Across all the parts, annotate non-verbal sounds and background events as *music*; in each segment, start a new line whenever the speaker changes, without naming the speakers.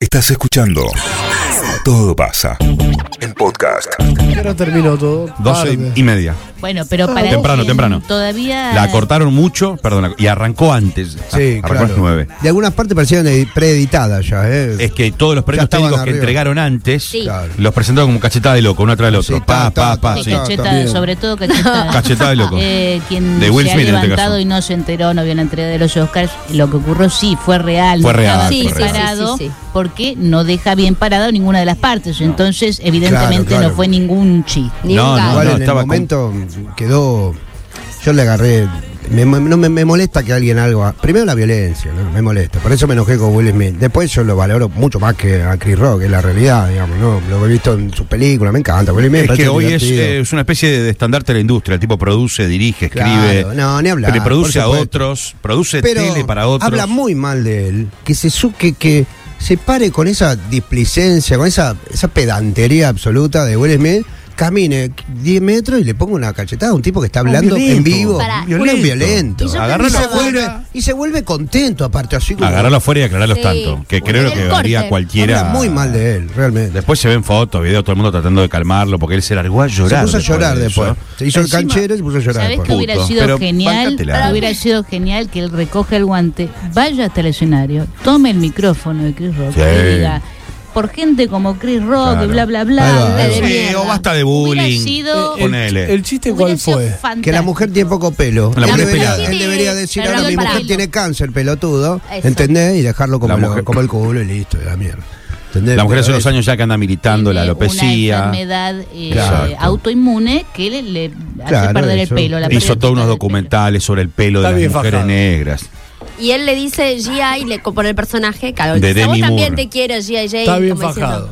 Estás escuchando Todo pasa en podcast.
Ahora terminó todo.
12
Tarde.
y media.
Bueno, pero para
Temprano,
quien
temprano.
Todavía
La cortaron mucho, perdón, la- y arrancó antes. Ah,
Sí,
arrancó a las
claro.
9.
De algunas partes parecían edi- preeditadas ya, ¿eh?
Es que todos los
Ya
premios
estaban
técnicos que
arriba.
entregaron antes
Sí.
Claro.
los presentaron como cachetada de loco, uno atrás del otro.
Sí,
pa,
ta, ta,
pa, pa,
ta,
de
sí.
ta.
Ah,
cacheta,
Bien.
sobre
*laughs*
todo cachetada.
Cachetada de loco.
*laughs* Eh, quien
De Will
se
Smith, en
ha
este
levantado
caso.
y no se enteró, no vio la entrega de los Oscars, lo que ocurrió sí fue real.
Fue real,
Estaba
Sí,
bien
fue real.
parado
sí, sí, sí.
porque no deja bien parado ninguna de las partes. Entonces, evidentemente,
Claro, claro.
no fue ningún chiste.
Ni
No,
un
no,
gato.
Igual
no,
en el
estaba con-
momento quedó. Yo le agarré. Me, mo- no me, me molesta que alguien algo. ha- Primero la violencia, ¿no? Me molesta. Por eso me enojé con Will Smith. Después yo lo valoro mucho más que a Chris Rock, es la realidad, digamos, ¿no? Lo he visto en sus películas, me encanta. Will Smith me
Es
parece
que hoy es,
divertido.
eh, es una especie de, de estandarte de la industria. El tipo produce, dirige,
Claro,
escribe.
no, ni hablar,
pero produce
por
a
supuesto.
otros, produce tele para otros.
habla muy mal de él. Que se su que, que se pare con esa displicencia, con esa, esa pedantería absoluta de Will Smith, camine 10 metros y le pongo una cachetada a un tipo que está hablando en
violento.
vivo.
Pará.
Un violento.
violento.
Y,
Y yo
se
pensaba-
vuelve, y se vuelve contento, aparte, así como.
Agarrarlo afuera y aclararlos
Sí.
tanto. Que
Bueno,
creo
en
que
el
haría
corte.
cualquiera.
Habla muy mal de él, realmente.
Después se ven fotos, videos, todo el mundo tratando de calmarlo porque él se largó a llorar.
se puso a llorar
de eso.
después. Se hizo
Encima-
el canchero y se puso a llorar
¿Sabés que
después.
hubiera
Puto,
sido
pero
genial?
bancátela.
Hubiera sido genial que él recoja el guante, vaya hasta el escenario, tome el micrófono de Chris Rock
Sí.
y diga, por gente como Chris Rock
Claro.
y bla, bla,
Ahí va,
bla.
ahí
bla,
va.
bla,
Sí,
bla.
o basta de
Hubiera
bullying.
sido-
Eh, Ponele.
El chiste
Hubiera
cuál
sido
fue.
fantástico.
Que la mujer tiene poco pelo.
La
él,
mujer
debería,
pelada.
él debería decir,
Pero
ahora mi
no
mujer
parado.
tiene cáncer, pelotudo.
Eso.
¿Entendés? Y dejarlo como,
La
lo-
mujer-
como el culo y listo, de la mierda. ¿Entendés?
La mujer hace
Pero
unos
es-
años ya que anda militando la
tiene Una
alopecia.
enfermedad eh,
Exacto.
autoinmune que le, le hace
Claro,
perder
eso.
el pelo. la pérdida
Hizo todos unos
total del pelo.
documentales sobre el pelo
Está
de
bien
las mujeres
fajado.
negras.
Y él le dice G.I. le co- por el personaje, claro,
De
le dice, a vos
Demi
también
Moore. Eh,
te quiero G.I. Jane",
Está bien
como diciendo,
fajado.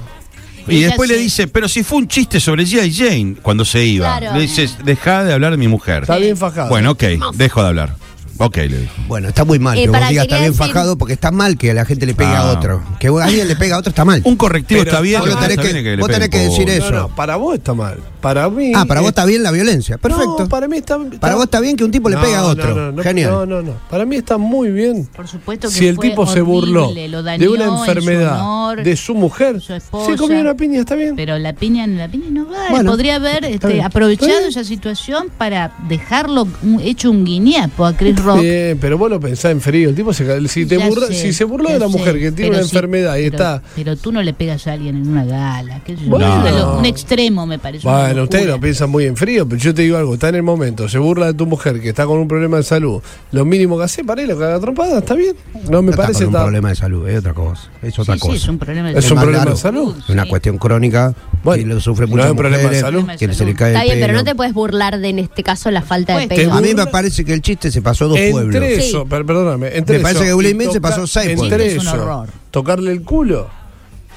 Y
Ella
después le
sí.
dice, pero si fue un chiste sobre G.I. Jane cuando se iba.
Claro.
Le dices, deja de hablar de mi mujer.
Está bien fajado.
Bueno, ok, dejo de hablar. Ok, le dijo.
Bueno, está muy mal
Eh,
que vos
para,
digas está
quería
bien
decir-
fajado porque está mal que a la gente le pegue
Ah.
a otro. Que vos- a alguien le pega a otro está mal. Ah,
Un correctivo está bien.
vos
lo
lo
que
tenés
está
que-
bien es le
vos
peguen
tenés que
por-
decir eso.
No, no, para vos está mal. Para mí.
Ah, para
eh,
vos está bien la violencia. Perfecto.
no, para mí está. está-
Para vos está bien que un tipo le
No,
pegue a
no,
otro.
no, no,
Genial.
No, no, no. Para mí está muy bien.
Por supuesto que
Si el
fue
tipo se burló
horrible, lo
de una
dañó en su
enfermedad
honor,
de su mujer,
su
se
esposa.
comió una piña, está bien.
Pero la piña, la piña no va.
Bueno,
Podría haber
está
este,
bien.
aprovechado
Está
esa situación para dejarlo un- hecho un guiñapo a Chris Rock.
Bien, pero vos lo pensás en frío. El tipo, se, si, te
Ya
burla-
sé,
si se burló
ya
de la
sé,
mujer que tiene
pero
una
sí,
enfermedad y
pero-
está.
Pero tú no le pegas a alguien en una gala. qué sé yo.
Bueno.
Algo- Un extremo me parece. una
Bueno, ustedes
locura.
lo piensan muy en frío, pero yo te digo algo, está en el momento, se burla de tu mujer que está con un problema de salud, lo mínimo que hace para él, lo que haga trompada, está bien. No me
No está
parece
con un
está-
problema de salud, es otra cosa. Es otra
Sí, sí,
cosa.
es un problema de
Es
Es
un
más
problema
largo.
de salud.
Es una
Sí.
cuestión crónica.
Bueno,
que lo sufre
no
muchas
es un problema de
mujeres,
salud.
Que se le cae
Está
el
bien, pero
pelo.
no te puedes burlar de, en este caso, la falta de
Te
pelo.
A mí me
burla-
parece que el chiste se pasó a dos pueblos.
Entre
Sí.
eso, per- perdóname, entre
Me parece
eso
que Will Smith
y
se
toca-
pasó seis
Entre
vueltas. Es un
eso,
horror.
tocarle el culo,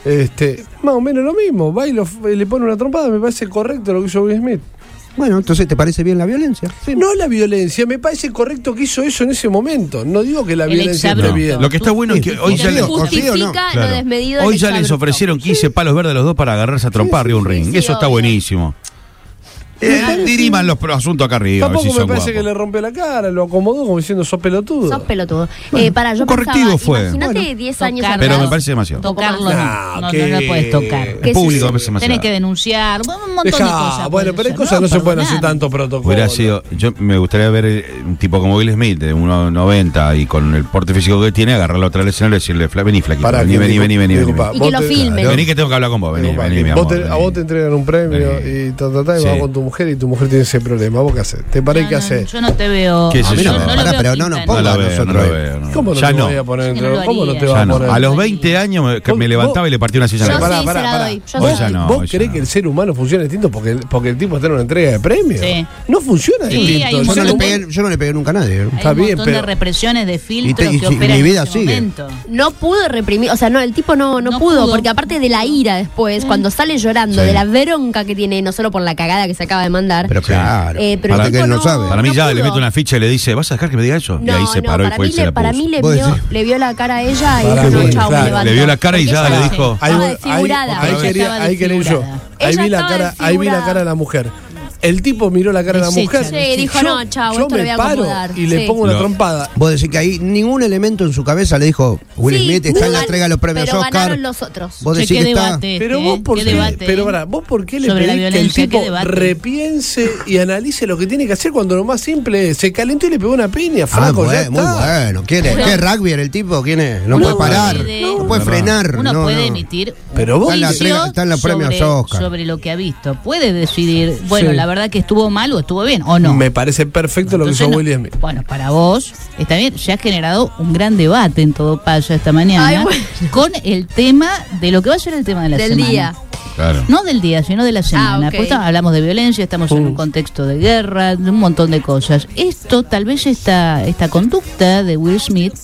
este, más o menos lo mismo, va y lo- le pone una trompada, me parece correcto lo que hizo Will Smith.
Bueno, entonces, ¿te parece bien la violencia? Sí.
No la violencia, me parece correcto que hizo eso en ese momento. No digo que la
El
violencia esté
exabrupto.
bien.
Lo que está bueno es que hoy ya
Sí,
Pero
le-
confío,
justifica
confío, no.
Claro.
lo desmedido
Hoy
del
ya les
exabrupto.
ofrecieron 15 palos verdes a los dos para agarrarse a trompar arriba de un ring.
sí,
Eso está
obvio.
buenísimo. Eh, diriman los pro- asuntos acá arriba. a ver
Tampoco
si
me
son
parece que
guapos.
le rompió la cara, lo acomodó como diciendo sos pelotudo.
Sos pelotudo. Eh, para, yo
un correctivo
pensaba,
fue.
Imagínate 10 años
Tocarlo.
atrás.
Pero me parece demasiado.
Tocarlo no,
Ah,
no, no,
¿qué?
no lo puedes tocar.
El
¿Qué
público
sé
me parece
Tenés
demasiado.
que denunciar, bueno, un montón de
Dejá,
cosas.
bueno,
podés
pero hay
hacer.
cosas que no se pueden hacer
perdoname.
tanto protocolo.
Hubiera sido, yo me gustaría ver eh, un tipo como Will Smith, de 1.90 y con el porte físico que tiene, agarrarlo atrás del escenario y decirle, "Fla- vení flaquito,
Pará,
vení,
que-
vení, vení, vení, vení.
disculpa,
Y
vos
que lo
te-
filmen.
Vení que tengo que hablar con vos, vení,
Disculpa,
vení, mi
vos
amor.
te- a
vení.
vos te entregan un premio
Vení.
y ta, ta, ta, y
Sí.
vas con tu mujer y tu mujer tiene ese problema. ¿Vos qué haces? ¿Te paré
No,
qué
no,
haces?
Yo no te veo.
¿Qué sé
yo
yo?
no lo
Pará,
veo
pero no
pinta,
nos
No
ponga
la
a
veo, no
nosotros
la
ahí.
veo. no.
¿Cómo no
Ya
te
no.
voy a poner
Es que no
entre-
lo
¿Cómo no
haría,
te
yo
vas
Ya
a
no.
poner?
A los 20 años me, que me
Vos-
levantaba y le partí una silla en
Yo
la
sí
cara.
se la doy, yo
Vos
sí.
ya no,
¿Vos
vos ya
creés
no.
que el ser humano funciona distinto porque el, porque el tipo está en una entrega de premios?
Sí.
No funciona
Sí,
distinto.
hay un
El
Yo no,
ser
le
Sí.
humano-
pegué, yo no le pegué nunca a nadie. ¿eh?
Hay
Está
un
bien,
montón
pero-
de represiones de
Y
filtros
te- y
que
si-
operan
mi
en
vida
ese
sigue.
momento.
No pudo reprimir, o sea, no, el tipo no, no,
No
pudo,
pudo.
porque aparte de la ira después, cuando sale llorando,
Sí.
de la bronca que tiene, no solo por la cagada que se acaba de mandar,
Pero claro.
Eh, pero
para
el
que
tipo
él no,
no-
sabe.
Para mí
no
ya le
pudo.
meto una ficha y le dice, ¿vas a dejar que me diga eso? y
No,
ahí se
no,
paró y
para
fue y
mí,
se
le,
la
para
puso.
mí le
Vos
vio,
decís.
le vio la cara a ella y
Para
dijo,
mí,
no, chau,
claro.
me levanto".
Le vio la cara y
Porque
ya
ella-
le dijo,
Ahí,
Estaba
ahí-
desfigurada.
ahí
Ella
quería-
estaba
ahí quería yo.
desfigurada.
Ahí
Ella
vi la
estaba
cara, ahí vi la
desfigurada.
cara de la mujer. El tipo miró la cara de la
Desecha,
mujer.
Sí, dijo, no, chau,
yo
esto
me
lo voy a
paro
acomodar.
Y le
Sí.
pongo una
No.
trompada.
Vos decís que ahí ningún elemento en su cabeza le dijo Will
Sí,
Smith está en la
gan-
entrega de los premios
pero
Oscar.
ganaron los otros.
Vos
Che,
decís
qué
que está.
debate.
Pero
este,
vos por
qué
qué,
debate,
pero
eh.
pará, vos por qué le
Sobre la
pedís que el
violencia,
tipo
qué debate.
repiense y analice lo que tiene que hacer cuando lo más simple es se calentó y le pegó una piña,
Ah,
flaco,
muy
ya
bueno, muy
está.
bueno. ¿Quién es?
Uno-
¿Qué rugby era el tipo? ¿Quién es? No
Uno
puede parar.
puede-
No puede
Uno
frenar.
Uno
no,
puede
no.
emitir
Pero
un
vos-
Está en la
juicio
entrega- está en los premios
sobre,
Oscar.
sobre lo que ha visto. Puede decidir, bueno,
Sí.
la verdad que estuvo mal o estuvo bien, o no.
Me parece perfecto lo que hizo
Entonces, no.
Will Smith.
Bueno, para vos, está bien, se ha generado un gran debate en todo Paya esta mañana
Ay, bueno.
con el tema de lo que va a ser el tema de la
Del
semana.
día.
Claro.
No del día, sino de la semana.
Ah, ok.
Porque está- hablamos de violencia, estamos en un contexto de guerra, de un montón de cosas. Esto, tal vez esta, esta conducta de Will Smith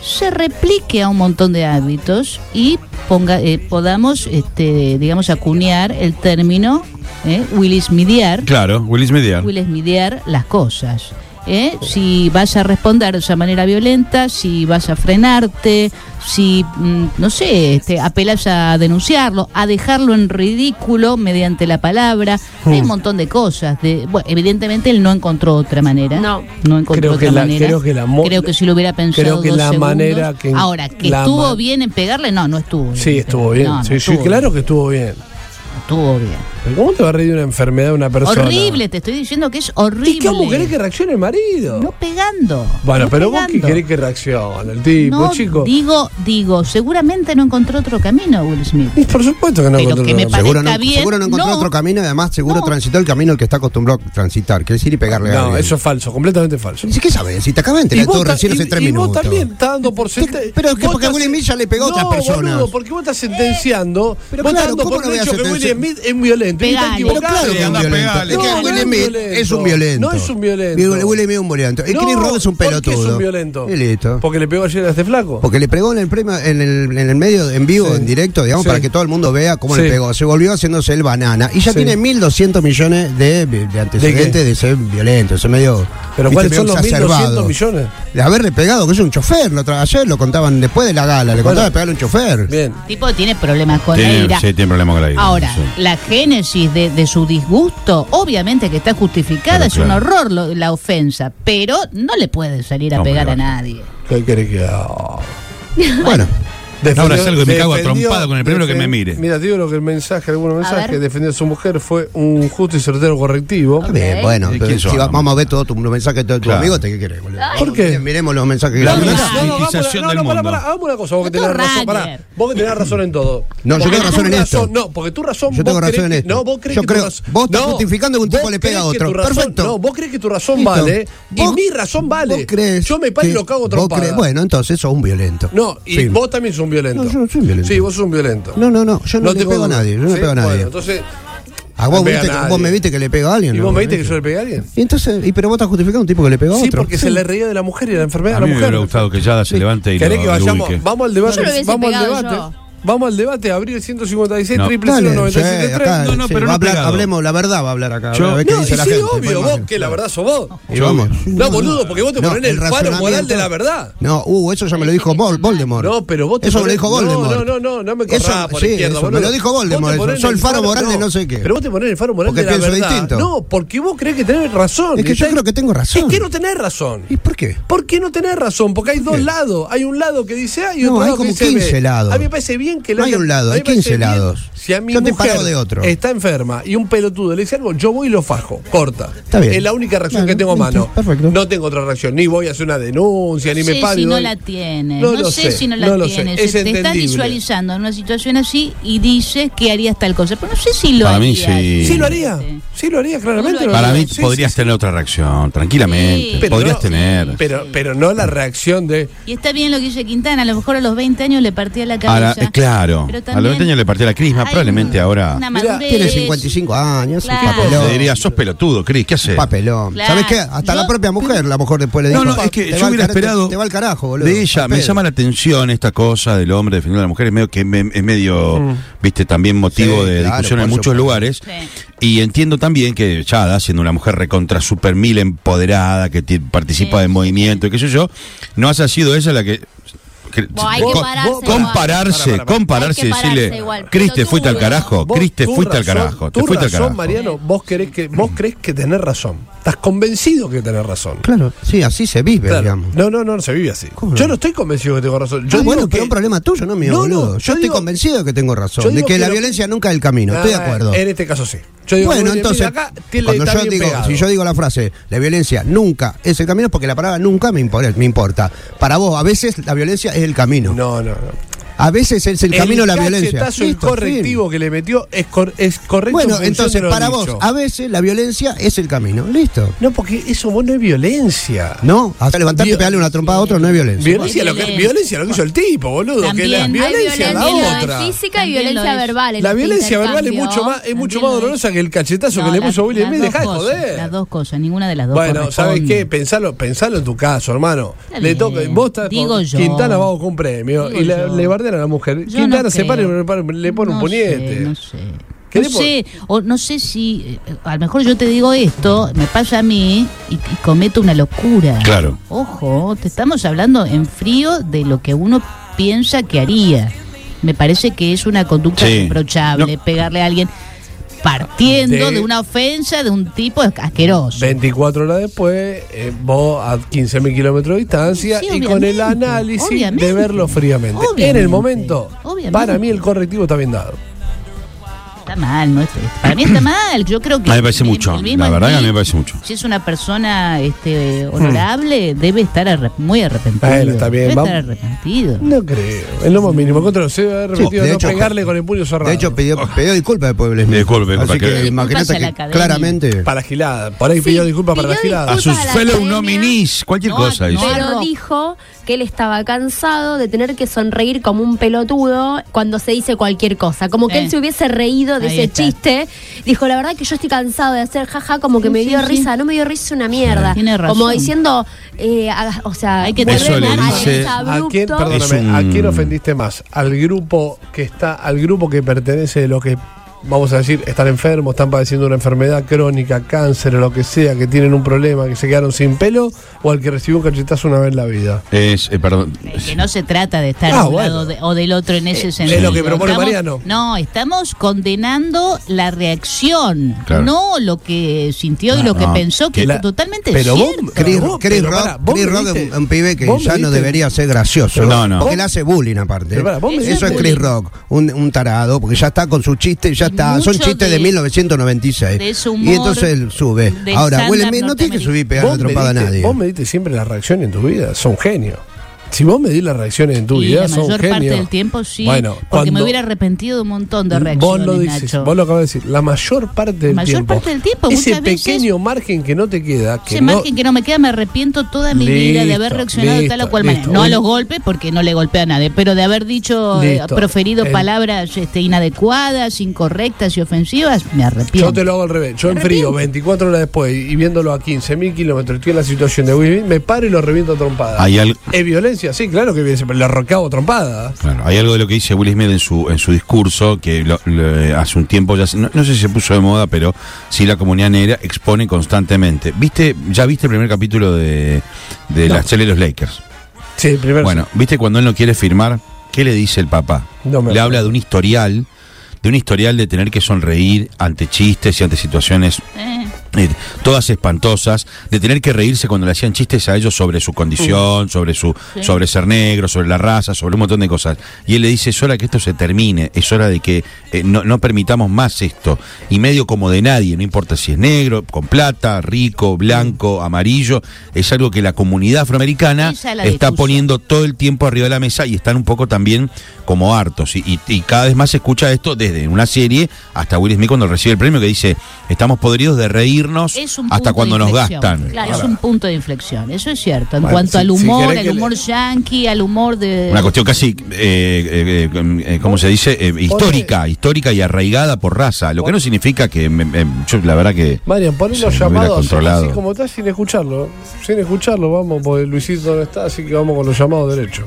se replique a un montón de hábitos y ponga, eh, podamos, este, digamos, acuñar el término eh, Will Smithiar
Claro, Willis Media.
Will Smithiar las cosas. ¿eh? Si vas a responder de esa manera violenta, si vas a frenarte, si, mm, no sé, este, apelas a denunciarlo, a dejarlo en ridículo mediante la palabra. Hay
Hmm.
un montón de cosas. De, bueno, evidentemente él no encontró otra manera.
No.
No encontró
Creo que
otra
la-
manera.
creo que la mo-
Creo que si lo hubiera pensado
creo que
dos
la
segundos.
manera que-
Ahora, que
la
estuvo
ma-
bien en pegarle, no, no estuvo.
Sí, estuvo bien.
No, no
sí, sí,
estuvo
claro
bien.
que estuvo bien.
No estuvo bien.
Pero ¿Cómo te va a reír de una enfermedad de una persona?
Horrible, te estoy diciendo que es horrible.
¿Y cómo querés que reaccione el marido?
No pegando.
bueno,
no
pero vos qué
pegando.
querés que reaccione el tipo,
No,
chico.
Digo, digo, seguramente no encontró otro camino, Will Smith.
*laughs*
Y por supuesto que no
Pero
controla
que me
la-
parece-
Seguro no,
Está bien,
seguro no encontró
no.
otro camino y además seguro
No.
transitó el camino el que está acostumbrado a transitar, que es ir y pegarle a
No,
alguien.
eso es falso, completamente falso.
Dice, ¿qué sabes? Si te acabas de enterar todo
ta-
recién hace
y-
tres
y
minutos.
vos también estás dando por sentencia.
pero es que porque Will Smith ya le pegó a otras personas. Eh,
Boludo, porque vos estás sentenciando.
pero
vos
claro,
estás dando
¿cómo
por
no voy a
hecho que Will
sentenciar?
Smith es violento. y está
Pegale.
Pero claro que es un
Anda,
violento.
pegale.
Es que
No,
Will
no es
Smith
violento.
es un violento.
No es un violento.
Y Will- Will Smith es un violento. Y
No,
Chris Rock es un
¿por qué
pelotudo.
es un violento?
Y listo.
Porque le pegó ayer a este flaco.
Porque le pegó en el premio, en el, en el medio, en vivo,
Sí.
en directo, digamos,
Sí.
para que todo el mundo vea cómo
Sí.
le pegó. Se volvió haciéndose el banana. Y ya
Sí.
tiene 1.200 millones de, de antecedentes
qué?
¿De, ser violento. Eso medio.
Pero
viste,
¿cuáles
medio
son los
exacerbado.
1.200 millones?
De haberle pegado, que es un chofer. Lo tra- ayer lo contaban después de la gala. Le
Bueno.
contaban de pegarle a un chofer.
Bien.
Tipo tiene problemas con la
Tiene,
ira.
sí, tiene problema con la ira.
Ahora,
sí.
la génesis de, de su disgusto, obviamente que está justificada,
Pero
es un
claro.
horror lo- la ofensa, pero no le puede salir a
No,
pegar
pero-
a nadie.
¿Qué querés que haga?
Bueno,
Ahora salgo y me cago a trompada con el primero que me mire.
Mira, te digo lo que el mensaje, algunos mensajes,
ver.
defendió a su mujer fue un justo y certero correctivo.
está bien, bueno.
¿Y
pero
quién
si
sos,
va-
hombre?
vamos a ver todos tus mensajes de todos tus
Claro.
amigos, ¿te qué querés, boludo?
¿Por qué?
Miremos los mensajes que
La
le
verdad-
mandaste.
no, vamos,
no,
del
no, pará,
mundo.
pará, hagamos una cosa, vos que
Otro
tenés razón,
runner.
pará, vos que tenés razón en todo.
No, yo
Porque
tengo
tu
razón en
razón-
esto.
No, porque tu razón.
Yo tengo
vos creés
razón en
que-
esto.
No, vos crees
Yo
que
creo-
tu razón.
vos estás
no,
justificando que un
vos
tipo le pega a
creés que
otro.
tu razón-
Perfecto.
No, vos crees que tu razón
Listo.
vale y
Vos-
mi razón vale.
¿Vos crees?
Yo me paro y
que-
lo cago a
vos
trompada.
crees- Bueno, entonces sos un violento.
No, y
Fin.
vos también sos un violento.
No, yo no soy un violento.
Sí, vos sos un violento.
No, no, no, yo no, le
tengo
pego a
duda.
nadie, yo no le
Sí,
pego a nadie.
Bueno, entonces.
¿A vos,
no pega
viste que-
a nadie.
vos me viste que le pegó a alguien?
¿Y
¿no?
vos me viste que yo le pegué a alguien?
Y entonces, y pero vos estás justificando a un tipo que le pegó a
Sí,
otro.
porque se le reía de la mujer y de la enfermedad
A
de
mí
la
me
mujer.
hubiera gustado que Yada se levante y lo,
¿Querés que
lo
vayamos?
ubique.
Vamos al debate.
Yo lo hubiese
vamos al
pegado
debate.
yo.
Vamos al debate. Abrir el 156
No.
triple
Dale,
0
sí, acá,
No, no,
sí,
pero
va
no
a hablar-
pegado.
hablemos, la verdad va a hablar acá.
Yo-
a ver qué
No, y
dice
sí,
la gente. pues,
obvio,
Vamos.
vos, que la verdad sos vos.
Y vamos.
No, boludo, porque vos te
No,
ponés el faro
razonamiento-
moral de la verdad.
No, uh, eso ya me lo dijo Vol- Voldemort.
No, pero vos te
Eso me lo
ponés-
dijo
No,
Voldemort.
No, no, no, no me corras
eso,
por
sí,
la izquierda,
eso,
boludo.
Me lo dijo
Vos te
Voldemort.
ponés
eso. Soy el faro moral de
no
no sé qué.
Pero vos te ponés el faro moral
Porque
de la
pienso
verdad.
distinto.
No, porque vos creés que tenés razón.
Es que
Y
yo
está-
creo que tengo razón.
Es que no tenés razón.
¿Y por qué?
¿Por qué no tenés razón? Porque hay dos
qué?
lados. Hay un lado que dice A y
No,
otro
hay
lado
como
que dice
15
B.
lados.
A mí me parece bien que...
No hay
haya-
un lado,
a mí
hay
me parece
15
bien.
lados.
Si a mi
Yo te
mujer
paro de otro.
está enferma y un pelotudo le dice algo, yo voy y lo fajo. Corta.
Está bien.
Es la única reacción
Bueno,
que tengo a mano.
listo, perfecto.
No tengo otra reacción. Ni voy a hacer una denuncia, ni
No
me
sé
paro. y
si no
doy-
la tiene,
No
no,
lo
sé,
sé,
si no
no
la
lo sé.
tiene.
Es
Se- te estás
entendible.
visualizando en una situación así y dices que harías tal cosa, pero no sé si lo
Para mí
harías.
sí.
Sí lo haría. Sí lo haría, claramente.
No lo
Para mí
Sí, sí,
podrías tener otra reacción, tranquilamente.
Sí.
Pero
podrías
no-
tener.
Pero, pero no la reacción de...
Y está bien lo que dice Quintana, a lo mejor a los 20 años le partía la cabeza.
Ahora, eh, claro.
pero
a los 20 años le partí la crisma,
hay
probablemente
una-
ahora.
una
Mirá,
madurez.
Tiene 55 años,
Claro.
un papelón.
Le diría, sos pelotudo, Cris, ¿qué haces?
Un papelón.
Claro.
¿Sabés qué?
Yo-
Hasta la propia mujer, la mujer después le dijo.
No, no, es
"Te
que
va
yo
al
hubiera
cara- te-
esperado.
Te va al carajo, boludo.
De ella,
Al
me
pedo.
llama la atención esta cosa del hombre defendiendo a la mujer. Es medio que me- es medio,
Mm.
viste, también motivo
Sí,
de
claro,
discusión en
por
muchos
supuesto.
lugares.
Sí.
Y entiendo también que Chada, siendo una mujer recontra super mil empoderada, que ti- participa
Sí.
del movimiento y qué sé yo, no ha sido ella la que que-
Vos, hay que
co-
pararse,
vos- compararse,
igual.
compararse
Hay
y
que pararse
decirle,
igual,
Criste,
pelotudo.
fuiste al carajo,
Vos,
Criste,
tu
fuiste al
razón-
carajo, te
tu
fuiste al
razón,
carajo.
Mariano, vos crees que vos crees que tenés razón. Estás convencido que tenés razón.
Claro, sí, así se vive,
Claro.
digamos.
No, no, no, no se vive así.
¿Cómo no?
Yo no estoy convencido que tengo razón.
Ah,
Yo
bueno,
digo
pero
que-
un problema tuyo, no mío,
No, no,
boludo. yo,
yo
estoy
digo-
convencido de que tengo razón,
yo
de
digo
que,
que
la
lo-
violencia nunca es el camino, estoy de
Ah,
acuerdo.
En este caso sí. Yo digo,
bueno,
mira,
entonces,
acá tiene-
cuando
está
yo
bien
digo,
pegado.
si yo digo la frase, la violencia nunca es el camino, es porque la palabra nunca me importa, me importa. Para vos, a veces la violencia es el camino.
No, no, no.
A veces es el, camino a la violencia.
cachetazo
Listo,
incorrectivo que le metió es, cor- es
fin.
correcto. en
Bueno,
función
entonces,
de lo
para
dicho.
vos, a veces la violencia es el camino. Listo.
No, porque eso vos no es violencia.
No, hasta levantarte y
Vio-
pegarle una trompada a otro no es violencia.
Violencia,
Sí,
lo que,
violencia.
violencia lo que hizo el tipo, boludo. que la
También hay
violencia,
hay
es la
violencia,
violencia
otra.
física y
También lo
violencia
es.
verbal. en
La
este
violencia verbal es
intercambio.
mucho más, es mucho más
Entiendo
dolorosa que el cachetazo
No,
que le
la-
puso William
las
Smith.
dos
Deja de
cosas,
joder.
Las dos cosas, ninguna de las dos.
Bueno, ¿sabes
corresponde.
qué? Pensalo, pensalo en tu caso, hermano.
Está
Le
bien.
toca, vos estás
Digo yo.
Quintana va a buscar un premio
Digo
y le,
yo.
le bardean a la mujer.
Yo
Quintana
no
se para y
creo.
le pone- le pone un
No
puñete.
sé, no sé.
¿Qué
No
le pon-
sé, o no sé si, eh, a lo mejor yo te digo esto, me pasa a mí y, y cometo una locura.
Claro.
Ojo, te estamos hablando en frío de lo que uno piensa que haría. Me parece que es una conducta
Sí.
reprochable
No.
pegarle a alguien partiendo
De-
de, una ofensa de un tipo asqueroso.
24 horas después, eh, vos a 15.000 kilómetros de distancia
Sí,
y con el
obviamente,
análisis
obviamente,
de verlo fríamente. En el
obviamente,
momento,
obviamente.
para mí el correctivo está bien dado.
Está mal, ¿no? Este- este- Para mí está mal. Yo creo que.
A mí me parece
el-
mucho,
el mismo
la verdad que a mí me
Smith,
parece mucho.
Si es una persona este, honorable, debe estar arre- muy arrepentido.
Hmm. Bueno, está bien,
Debe
va-
estar arrepentido.
No creo. El lo más mínimo. Contra se debe haber repetido
de
no
hecho,
pegarle con el puño cerrado.
De hecho, pidió, pidió disculpas al pueblo Smith.
Disculpe,
Así
disculpe,
que,
que-
Disculpas
imagínate
a la
que
academia.
claramente.
para la gilada. Por ahí
Sí,
pidió disculpas para la
pidió
gilada.
A sus
a la
fellow
academia.
nominees, cualquier
No,
cosa.
no,
dice.
Pero
Rock.
dijo que él estaba cansado de tener que sonreír como un pelotudo cuando se dice cualquier cosa. Como que
Eh.
él se hubiese reído de
Ahí
ese
está.
chiste. Dijo, la verdad que yo estoy cansado de hacer jaja, como que
Sí,
me
sí,
dio
sí.
risa. No me dio risa es una mierda.
Tiene razón.
Como diciendo, eh, haga- o sea,
Hay que
volver
Eso le
al
dice-
¿A
desabrupto.
quién,
Es
perdóname,
un-
¿a quién ofendiste más? ¿Al grupo que está, al grupo que pertenece de lo que, vamos a decir, están enfermos, están padeciendo una enfermedad crónica, cáncer o lo que sea, que tienen un problema, que se quedaron sin pelo, o al que recibió un cachetazo una vez en la vida?
Es, eh, perdón.
Eh, Que no se trata de estar
Ah,
de un
bueno. Eh,
lado de- o del otro en ese sentido.
lo que propone
Estamos-
Mariano.
No, estamos condenando la reacción,
Claro.
no lo que sintió y
No,
lo que
no.
pensó, que
Que
es
la-
totalmente
pero vos-
cierto.
Chris,
Pero vos-
Chris
pero
Rock,
pará, vos
Chris
me
Rock es
diste-
un, un pibe que
vos me
ya no
diste-
debería ser gracioso.
No, no.
Porque le hace bullying aparte.
Pero pará, vos me
Eso
diste-
es Chris Rock, un, un tarado, porque ya está con su chiste, ya
Y
está. Son
mucho
chistes de,
de-
1996.
de ese humor
y entonces él sube.
del
Ahora, Will
stand-up
Smith no tiene que subir y pegarle
Vos
la trompada a
mediste-
nadie.
Vos mediste siempre las reacciones en tu vida, son genio. Si vos medís las reacciones en tu
Y
vida,
la
son
mayor
genio.
parte del tiempo sí,
Bueno,
porque me
cuando-
hubiera arrepentido de un montón de
Vos
reacciones,
lo dices,
Nacho.
vos lo acabas de decir, la mayor parte del
Mayor
tiempo.
parte del tiempo,
ese
muchas veces-
pequeño margen que no te queda, que
Ese
no,
margen que no me queda, me arrepiento toda mi vida de haber
Listo,
reaccionado de tal o
listo,
cual manera.
listo.
No a
Un-
los golpes, porque no le golpea a nadie, pero de haber dicho, eh,
Listo.
proferido
El-
palabras este, inadecuadas, incorrectas y ofensivas, me arrepiento.
Yo te lo hago al revés. Yo en frío, 24 horas después y viéndolo a 15.000 kilómetros, estoy en la situación de Will Smith, me paro y lo reviento a trompada.
Hay al-
¿Es violencia? Sí, claro que es violencia, pero le arrancaba trompada.
Claro, hay algo de lo que dice Will Smith en su, en su discurso, que lo- lo- eh, hace un tiempo ya, se- no, no sé si se puso de moda, pero sí la comunidad negra expone constantemente. ¿Viste, ya viste el primer capítulo de, de
No.
la serie de los Lakers?
Sí, primero.
Bueno, ¿viste cuando él no quiere firmar? ¿Qué le dice el papá?
No me
le
acuerdo.
habla de un historial, de un historial de tener que sonreír ante chistes y ante situaciones
Eh,
eh, todas espantosas, de tener que reírse cuando le hacían chistes a ellos sobre su condición, sobre su
Sí.
sobre ser negro, sobre la raza, sobre un montón de cosas. Y él le dice, es hora que esto se termine, es hora de que eh, no, no permitamos más esto. Y medio como de nadie, no importa si es negro, con plata, rico, blanco, amarillo, es algo que la comunidad afroamericana
Esa es la
está
discusión.
poniendo todo el tiempo arriba de la mesa y están un poco también como hartos. Y, y- y cada vez más se escucha esto desde una serie hasta Will Smith cuando recibe el premio que dice, estamos podridos de reírnos
es un
hasta
punto
cuando
de
nos
inflexión.
gastan.
Claro, es un punto de inflexión, eso es cierto. En
Bueno,
cuanto
si-
al
si
humor,
querés
al
que le-
humor yankee, al humor de.
Una cuestión casi, eh, eh, eh, ¿cómo se dice? Eh, histórica, histórica y arraigada por raza, lo que no significa que, me- me- yo la verdad que...
Marian, poné
se
los
me hubiera
llamados
controlado.
así como está sin escucharlo. Sin escucharlo, vamos, porque Luisito no está, así que vamos con los llamados derecho.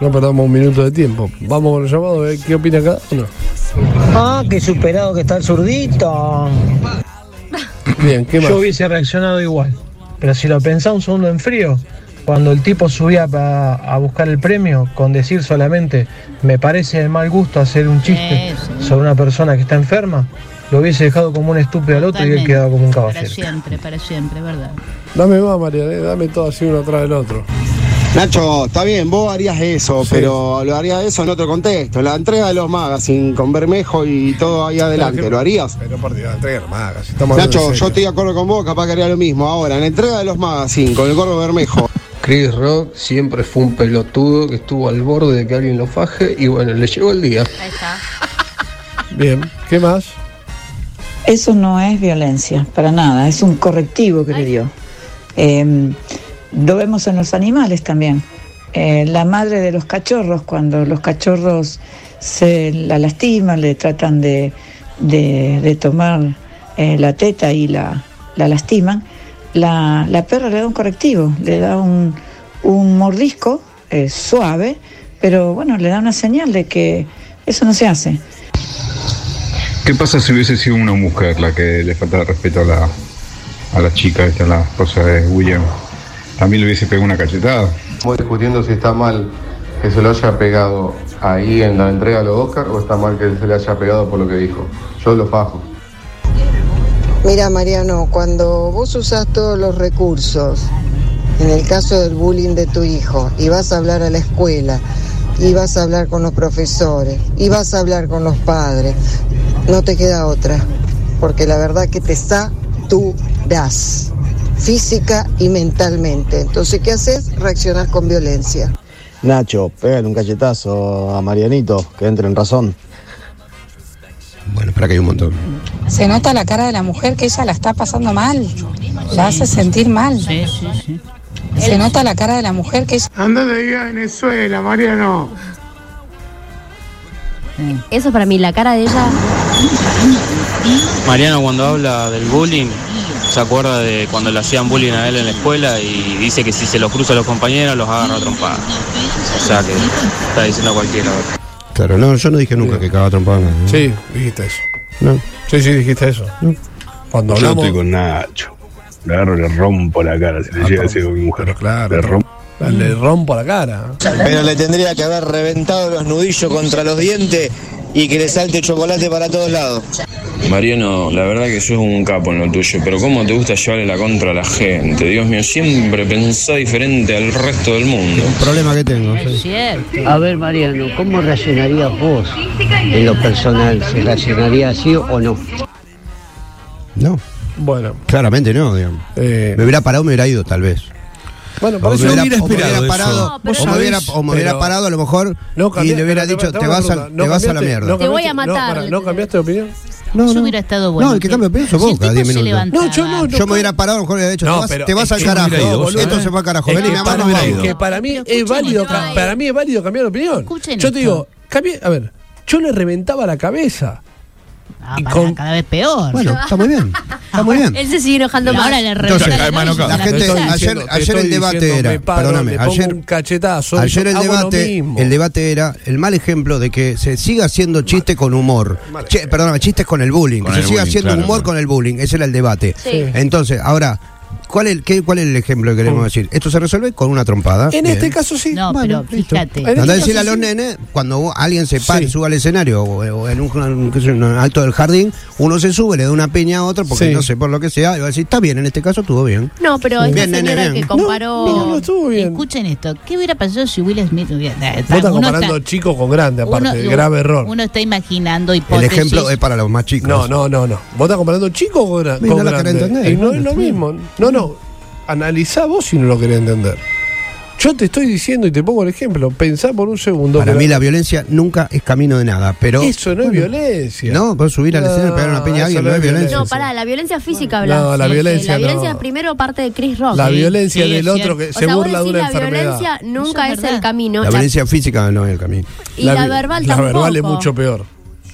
No perdamos un minuto de tiempo. Vamos con los llamados, a ver ¿qué opina cada uno?
Ah, qué superado que está el zurdito.
Bien, ¿qué más?
Yo hubiese reaccionado igual. Pero si lo pensás un segundo en frío,
Cuando el tipo subía pa- a buscar el premio, con decir solamente, me parece de mal gusto hacer un chiste
Eso.
sobre una persona que está enferma, lo hubiese dejado como un estúpido al otro y él
Totalmente.
quedaba como un
Para
caballero.
siempre, para siempre, ¿verdad?
Dame más, Mariana, eh, dame todo así uno atrás del otro.
Nacho, está bien, vos harías eso,
Sí.
pero lo harías eso en otro contexto. La entrega de los magazines con Bermejo y todo ahí adelante, ¿lo harías?
Pero por Dios, entrega nomás, casi estamos hablando
Nacho, yo
en serio.
estoy de acuerdo con vos, capaz que haría lo mismo. Ahora, en la entrega de los magazines con el gordo Bermejo.
Chris Rock siempre fue un pelotudo que estuvo al borde de que alguien lo faje y bueno, le llegó el día.
Ahí está.
Bien, ¿qué más?
Eso no es violencia, para nada, es un correctivo que le dio. Eh, lo vemos en los animales también. Eh, la madre de los cachorros, cuando los cachorros se la lastiman, le tratan de, de- de tomar eh, la teta y la, la lastiman, la, la perra le da un correctivo, le da un, un mordisco eh, suave, pero bueno, le da una señal de que eso no se hace.
¿Qué pasa si hubiese sido una mujer la que le faltaba respeto a la, a la chica, esta, la esposa de William? También le hubiese pegado una cachetada.
Estamos discutiendo si está mal que se lo haya pegado ahí en la entrega a los Oscar o está mal que se le haya pegado por lo que dijo. Yo lo fajo.
Mira, Mariano, cuando vos usás todos los recursos, en el caso del bullying de tu hijo, y vas a hablar a la escuela, y vas a hablar con los profesores, y vas a hablar con los padres, no te queda otra, porque la verdad que te saturas física y mentalmente. Entonces, ¿qué haces? Reaccionás con violencia.
Nacho, pégale un cachetazo a Marianito, que entre en razón.
Bueno, espera que hay un montón.
Se nota la cara de la mujer que ella la está pasando mal, la hace sentir mal.
Sí, sí, sí.
Se nota la cara de la mujer que ella...
Eso para mí, la cara de ella.
Mariano cuando habla del bullying, se acuerda de cuando le hacían bullying a él en la escuela y dice que si se los cruza a los compañeros los agarra a trompadas. O sea que está diciendo cualquiera.
Claro, no, yo no dije nunca que cagaba trompada. ¿no?
Sí, dijiste eso.
No.
Sí, sí, dijiste eso. Cuando
Yo
hablamos.
estoy con Nacho. Le agarro, le rompo la cara, si le llega a decir a mi mujer.
Pero claro,
Le rompo.
le rompo la cara.
Pero le tendría que haber reventado los nudillos contra los dientes y que le salte chocolate para todos lados.
Mariano, la verdad que sos un capo en lo tuyo, pero cómo te gusta llevarle la contra a la gente. Dios mío, siempre pensá diferente al resto del mundo.
Un problema que tengo.
Es
sí.
cierto.
A ver, Mariano, ¿cómo reaccionarías vos en lo personal? ¿Se reaccionaría así o no?
No,
Bueno,
claramente no, digamos.
eh,
Me hubiera parado, me hubiera ido, tal vez.
bueno,
O
para
me
eso
hubiera,
hubiera-
o me hubiera parado,
No, pero
o me
sabés,
hubiera, o me hubiera
pero-
parado a lo mejor
No
y
cambiaste,
le hubiera
pero
dicho,
dame-
te
dame
vas,
una
a,
pregunta. No
te vas a la
cambiaste-
mierda.
no
Te voy a
cambiaste-
matar.
No, para- ¿no cambiaste de opinión.
No,
Eso
no.
hubiera estado bueno.
No, el que cambia de opinión sos
Si el
vos cada
tipo
10
se
minutos.
levantaba.
No, yo no,
Yo me hubiera parado, a lo mejor le hubiera dicho,
No,
te
pero
vas, te vas
es
al
que
carajo.
hubiera ido,
boludo,
¿eh?
Esto se va al carajo. Vení,
Es
me
que, para,
amarro
hubiera
a vos.
que para mí
Pero
es
escuchen
válido,
esto.
ca- para mí es válido cambiar de opinión.
Escuchen
Yo te
esto.
digo, cambié, a ver, yo le reventaba la cabeza.
Ah,
Y
pará,
con-
cada vez peor.
Bueno, está muy bien. Está muy bien.
Él se sigue enojando
Y
más.
ahora le
Entonces,
revisa
mano
cabeza.
acá.
La
Te
gente,
estoy
ayer,
diciendo- te
ayer
estoy
el debate
diciendo, me
era,
paro,
perdóname,
le pongo
ayer,
un cachetazo,
ayer el
hago lo
debate,
mismo.
el debate era el mal ejemplo de que se siga haciendo chistes con humor, Che, perdóname, chistes con el bullying,
Con
que se
el
siga
bullying,
haciendo
claro,
humor
claro.
con el bullying, ese era el debate.
Sí.
Entonces, ahora, ¿cuál es, qué, ¿cuál es el ejemplo que queremos decir? Esto se resuelve con una trompada.
Mm. En
Bien.
este caso sí.
No, pero
listo.
fíjate.
En
Andá a
este
decirle a
caso
los
sí.
nenes, cuando u- alguien se para,
Sí.
sube al escenario o, o en un, qué sé yo, en un alto del jardín, uno se sube, le da una piña a otro, porque
Sí.
no sé por lo que sea, y va a decir, está bien, en este caso estuvo bien.
No, pero
Bien,
esta
nene,
señora
bien.
que comparó.
No, no estuvo bien. Vos
Escuchen esto, ¿qué hubiera pasado si Will Smith hubiera... Nah, está-
estás
uno
comparando
está-
chico con grande, aparte,
uno-
grave error. eh,
Uno está imaginando
El
hipótesis.
ejemplo es para los más chicos.
No, no, no, no. Vos estás comparando chico con, gra-
Mira,
con
no la
grande.
querés entender.
y no
Bueno,
es lo
está bien.
mismo. No, no. Analizá vos si no lo querés entender. Yo te estoy diciendo y te pongo el ejemplo. Pensá por un segundo.
Para
pero
mí la violencia nunca es camino de nada, pero...
Eso no es
bueno,
violencia.
No, vos subir al
No,
escenario y pegar una piña a alguien
eso
no es violencia.
No, pará, la violencia física habla.
No, la
Sí,
violencia
La violencia
no.
es primero parte de Chris Rock.
La
Sí,
violencia
sí,
del
es
otro que
O
se
sea, vos
burla de
decís,
una
la
enfermedad.
violencia nunca
Eso
es
es
el
verdad.
camino.
La
La-
violencia física no es el camino.
y la,
vi-
verbal
La
tampoco.
verbal es mucho peor.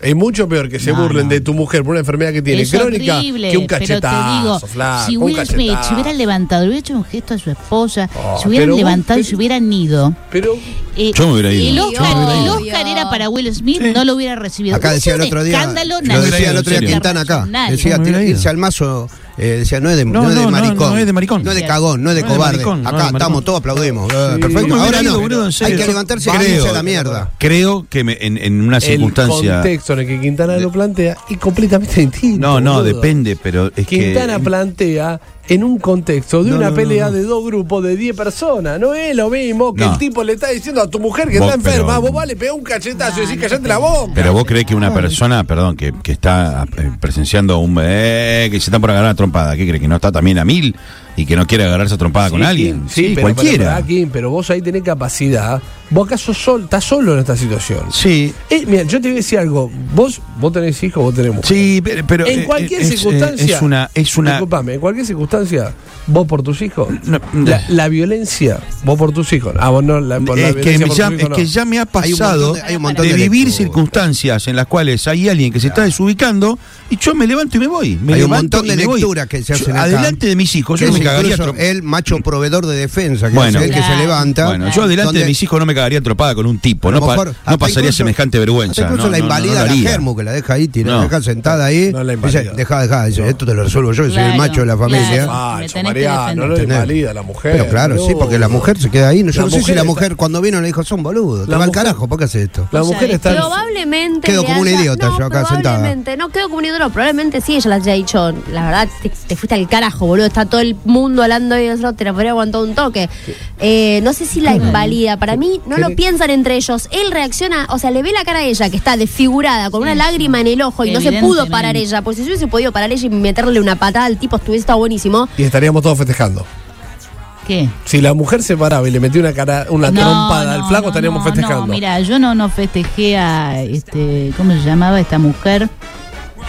Es mucho peor que se
No,
burlen
no.
de tu mujer por una enfermedad que tiene
es
crónica
horrible,
que un
pero te
cachetazo,
digo,
flaco,
si
un
Will Smith
cachetazo.
se hubiera levantado, hubiera hecho un gesto a su esposa,
Oh,
se hubieran
pero vos,
levantado y
pero-
se hubieran ido.
Pero
Eh,
Yo me hubiera ido.
El
Yo
Oscar,
me hubiera
el
ido.
Oscar era para Will Smith, no lo hubiera recibido.
Acá
Hubiera
decía el
sido un
otro día.
escándalo
Lo decía el
nacional,
otro día Quintana acá.
internacional.
Decía "Tira- irse al mazo. eh, decía, no es de,
No,
no es de
no, no,
maricón.
no es de maricón.
No es de
Cierto.
cagón, no es de
No es de
cobarde.
maricón, no es de
acá
maricón.
estamos, todos aplaudimos. Eh, Perfecto.
¿Cómo me
Ahora
hubiera
no.
ido, boludo? En serio.
Hay que levantarse y
Creo.
irse a la mierda.
Creo que me- en, en una circunstancia.
El contexto en el que Quintana lo plantea es completamente distinto.
No, no,
boludo.
depende, pero es
Quintana
que.
plantea en un contexto de
No,
una
no, no,
pelea
no.
de dos grupos de 10 personas. No es lo mismo que
No.
el tipo le está diciendo a tu mujer que
Vos,
está enferma.
pero-
Vos vale, pega un cachetazo y decís callate la boca.
Pero vos crees que una persona, perdón, que, que está eh, presenciando un. eh, que se están por agarrar a trompada, ¿qué crees? ¿Que no está también a mil y que no quiere agarrarse a trompada con
Sí,
alguien?
Kim, Sí, pero,
cualquiera.
Pero, pará, Kim, pero vos ahí tenés capacidad. Vos acaso sol, estás solo en esta situación.
sí.
Eh, mira, yo te voy a decir algo. Vos, vos tenés hijos, vos tenés mujer.
Sí, pero. pero,
en
eh,
cualquier
es, eh,
circunstancia.
Es una. Es una
Disculpame, en cualquier circunstancia, vos por tus hijos.
No,
la, la violencia, vos por tus hijos. Ah, vos no, la, por la
es que,
violencia por
ya,
tus hijos
es que
no.
ya me ha
Hay un montón
pasado
de-
de,
hay un montón de
vivir
lecturas.
circunstancias en las cuales hay alguien que se está desubicando y yo me levanto y me voy. Me
Hay un
levanto
montón
y
de
me voy.
lecturas que se
Yo-
hacen acá.
Adelante de mis hijos, yo
Que
no me
es
cagaría
incluso
tro-
el macho proveedor de defensa, que
Bueno.
es el que se
Claro.
levanta.
Bueno, yo adelante
donde-
de mis hijos no me cagaría tropada con un tipo,
a lo
no, pa-
mejor,
no
hasta
pasaría
incluso-
semejante vergüenza.
hasta Incluso
no,
la
no, no, no
invalida
lo
la
haría.
germo que la deja ahí, tira,
No.
la deja sentada ahí.
No la
dice,
invalida.
dejá, dejá, dice, esto te lo resuelvo yo, soy el
Claro,
macho de la familia.
claro.
Ah,
Me
yo,
tenés que
Mariano, no
defender.
lo
Tenés.
invalida la mujer.
Pero claro, sí,
boludo.
porque la mujer se queda ahí. No, yo
La
no sé si
mujer
la
está-
mujer cuando vino le dijo, son boludo, te
La
va al
mujer-
carajo, ¿por qué hace esto?
La
O sea,
mujer está. en-
Probablemente.
Quedo
le
como un
haya-
idiota
no,
yo acá sentada.
probablemente, No quedo como un idiota, probablemente sí ella le haya dicho. La verdad, te, te fuiste al carajo, boludo. Está todo el mundo hablando y nosotros te la podría aguantar un toque. Eh, no sé si la invalida. Para mí, no lo piensan entre ellos. Él reacciona, o sea, le ve la cara a ella que está desfigurada, con una
Sí,
lágrima en el ojo y no se pudo
Evidentemente.
parar ella. Porque si yo hubiese podido parar ella y meterle una patada al tipo, estuviese estado buenísimo.
Y estaríamos todos festejando.
¿Qué?
Si la mujer se paraba y le metió una cara, una
No,
trompada al
no,
flaco,
no,
estaríamos
no,
festejando.
No, mira, yo no, no festejé a, este, ¿cómo se llamaba esta mujer?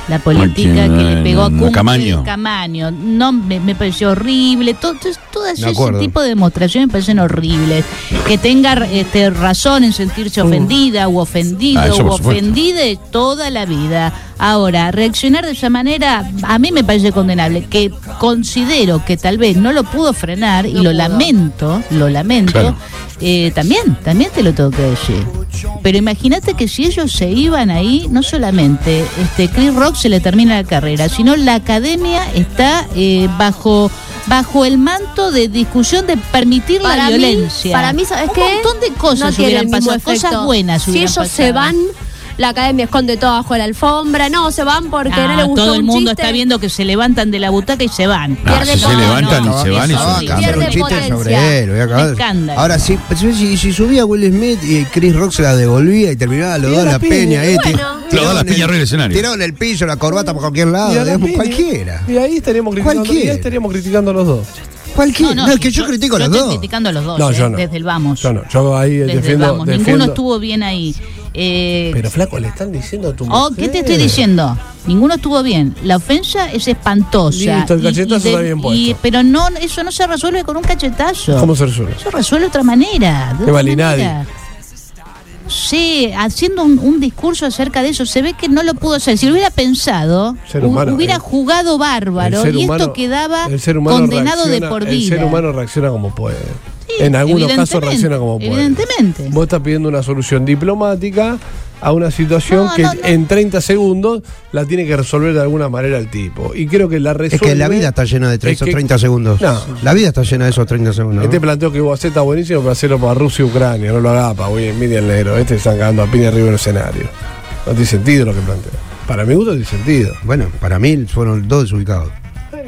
La política
Ay,
que
quién,
le pegó a
eh,
Cunque,
Camaño.
Camaño. No, me, me pareció horrible. Todo, todo- todo ese
acuerdo.
tipo de demostraciones me parecen horribles. Que tenga este, razón en sentirse ofendida u ofendido
Ah, eso
u
por supuesto.
ofendida toda la vida. Ahora, reaccionar de esa manera a mí me parece condenable. Que considero que tal vez no lo pudo frenar y
No
lo
pudo.
lamento, lo lamento.
Claro.
Eh, también, también te lo tengo que decir. Pero imagínate que si ellos se iban ahí, no solamente este Chris Rock se le termina la carrera, sino la academia está eh, bajo bajo el manto de discusión de permitir la
Para mí-
violencia.
para mí, ¿sabes
un
qué?
montón de cosas
tiene
hubieran
el mismo
pasado,
efecto.
cosas buenas.
Si
hubieran
ellos se
pasado.
van, la academia esconde todo bajo la alfombra. No, se van porque no,
No,
les gustó
Ah, todo el
un
mundo
chiste.
está viendo que se levantan de la butaca y se van.
Ah, si se
todo,
levantan
no,
y se van, es
eso
Acababa
un
sí.
de cambiar un
Pierde
chiste
potencia.
sobre él. voy a acabar.
escándalo.
Ahora sí, pero si, si- si subía Will Smith y Chris Rock se la devolvía y terminaba los dos a la peña. eh,
Bueno.
tir-
Los
dos a la
tiraron
peña
el-
arriba del escenario.
Tiraron el piso, la corbata por cualquier lado,
Y a la
Ah, digamos,
piña.
cualquiera.
Y ahí estaríamos criticando, y
Cualquiera.
ahí estaríamos criticando a los dos.
Cualquiera. No, es que yo, critico a los
yo estoy
dos.
criticando a los dos,
No,
eh,
yo no.
desde el vamos.
Yo no, yo ahí
Desde el
defiendo.
vamos.
defiendo-
Ninguno estuvo bien ahí. Eh,
Pero flaco, le están diciendo a tu
Oh,
mujer.
¿Qué te estoy diciendo? Ninguno estuvo bien. La ofensa es espantosa.
Listo, el cachetazo
de-
está bien puesto.
pero no, eso no se resuelve con un cachetazo.
¿Cómo se resuelve?
Eso resuelve de otra manera. De
Que
otra
Balinadi.
manera. Sí, haciendo un, un discurso acerca de eso, se ve que no lo pudo hacer. Si lo hubiera pensado,
Ser
hu-
humano,
hubiera
eh.
jugado bárbaro
El ser
y
humano-
esto quedaba
el ser humano
condenado de
reacciona-
por
El
vida.
ser humano reacciona como puede.
Sí,
en algunos casos
evidentemente,
reacciona como puede.
Evidentemente.
Vos estás pidiendo una solución diplomática a una situación
No,
que
no, no.
en 30 segundos la tiene que resolver de alguna manera el tipo. Y creo que la
Es
resuelve.
que la vida está llena de tre-
es
esos
que-
30 segundos.
No.
La vida está llena de esos 30 segundos.
Este planteo que vos hacés está buenísimo para hacerlo para Rusia y Ucrania. No lo haga para hoy en media el negro. Este están cagando a piña arriba en el escenario. No tiene sentido lo que plantea. Para mi gusto tiene sentido.
Bueno, para mí fueron dos desubicados.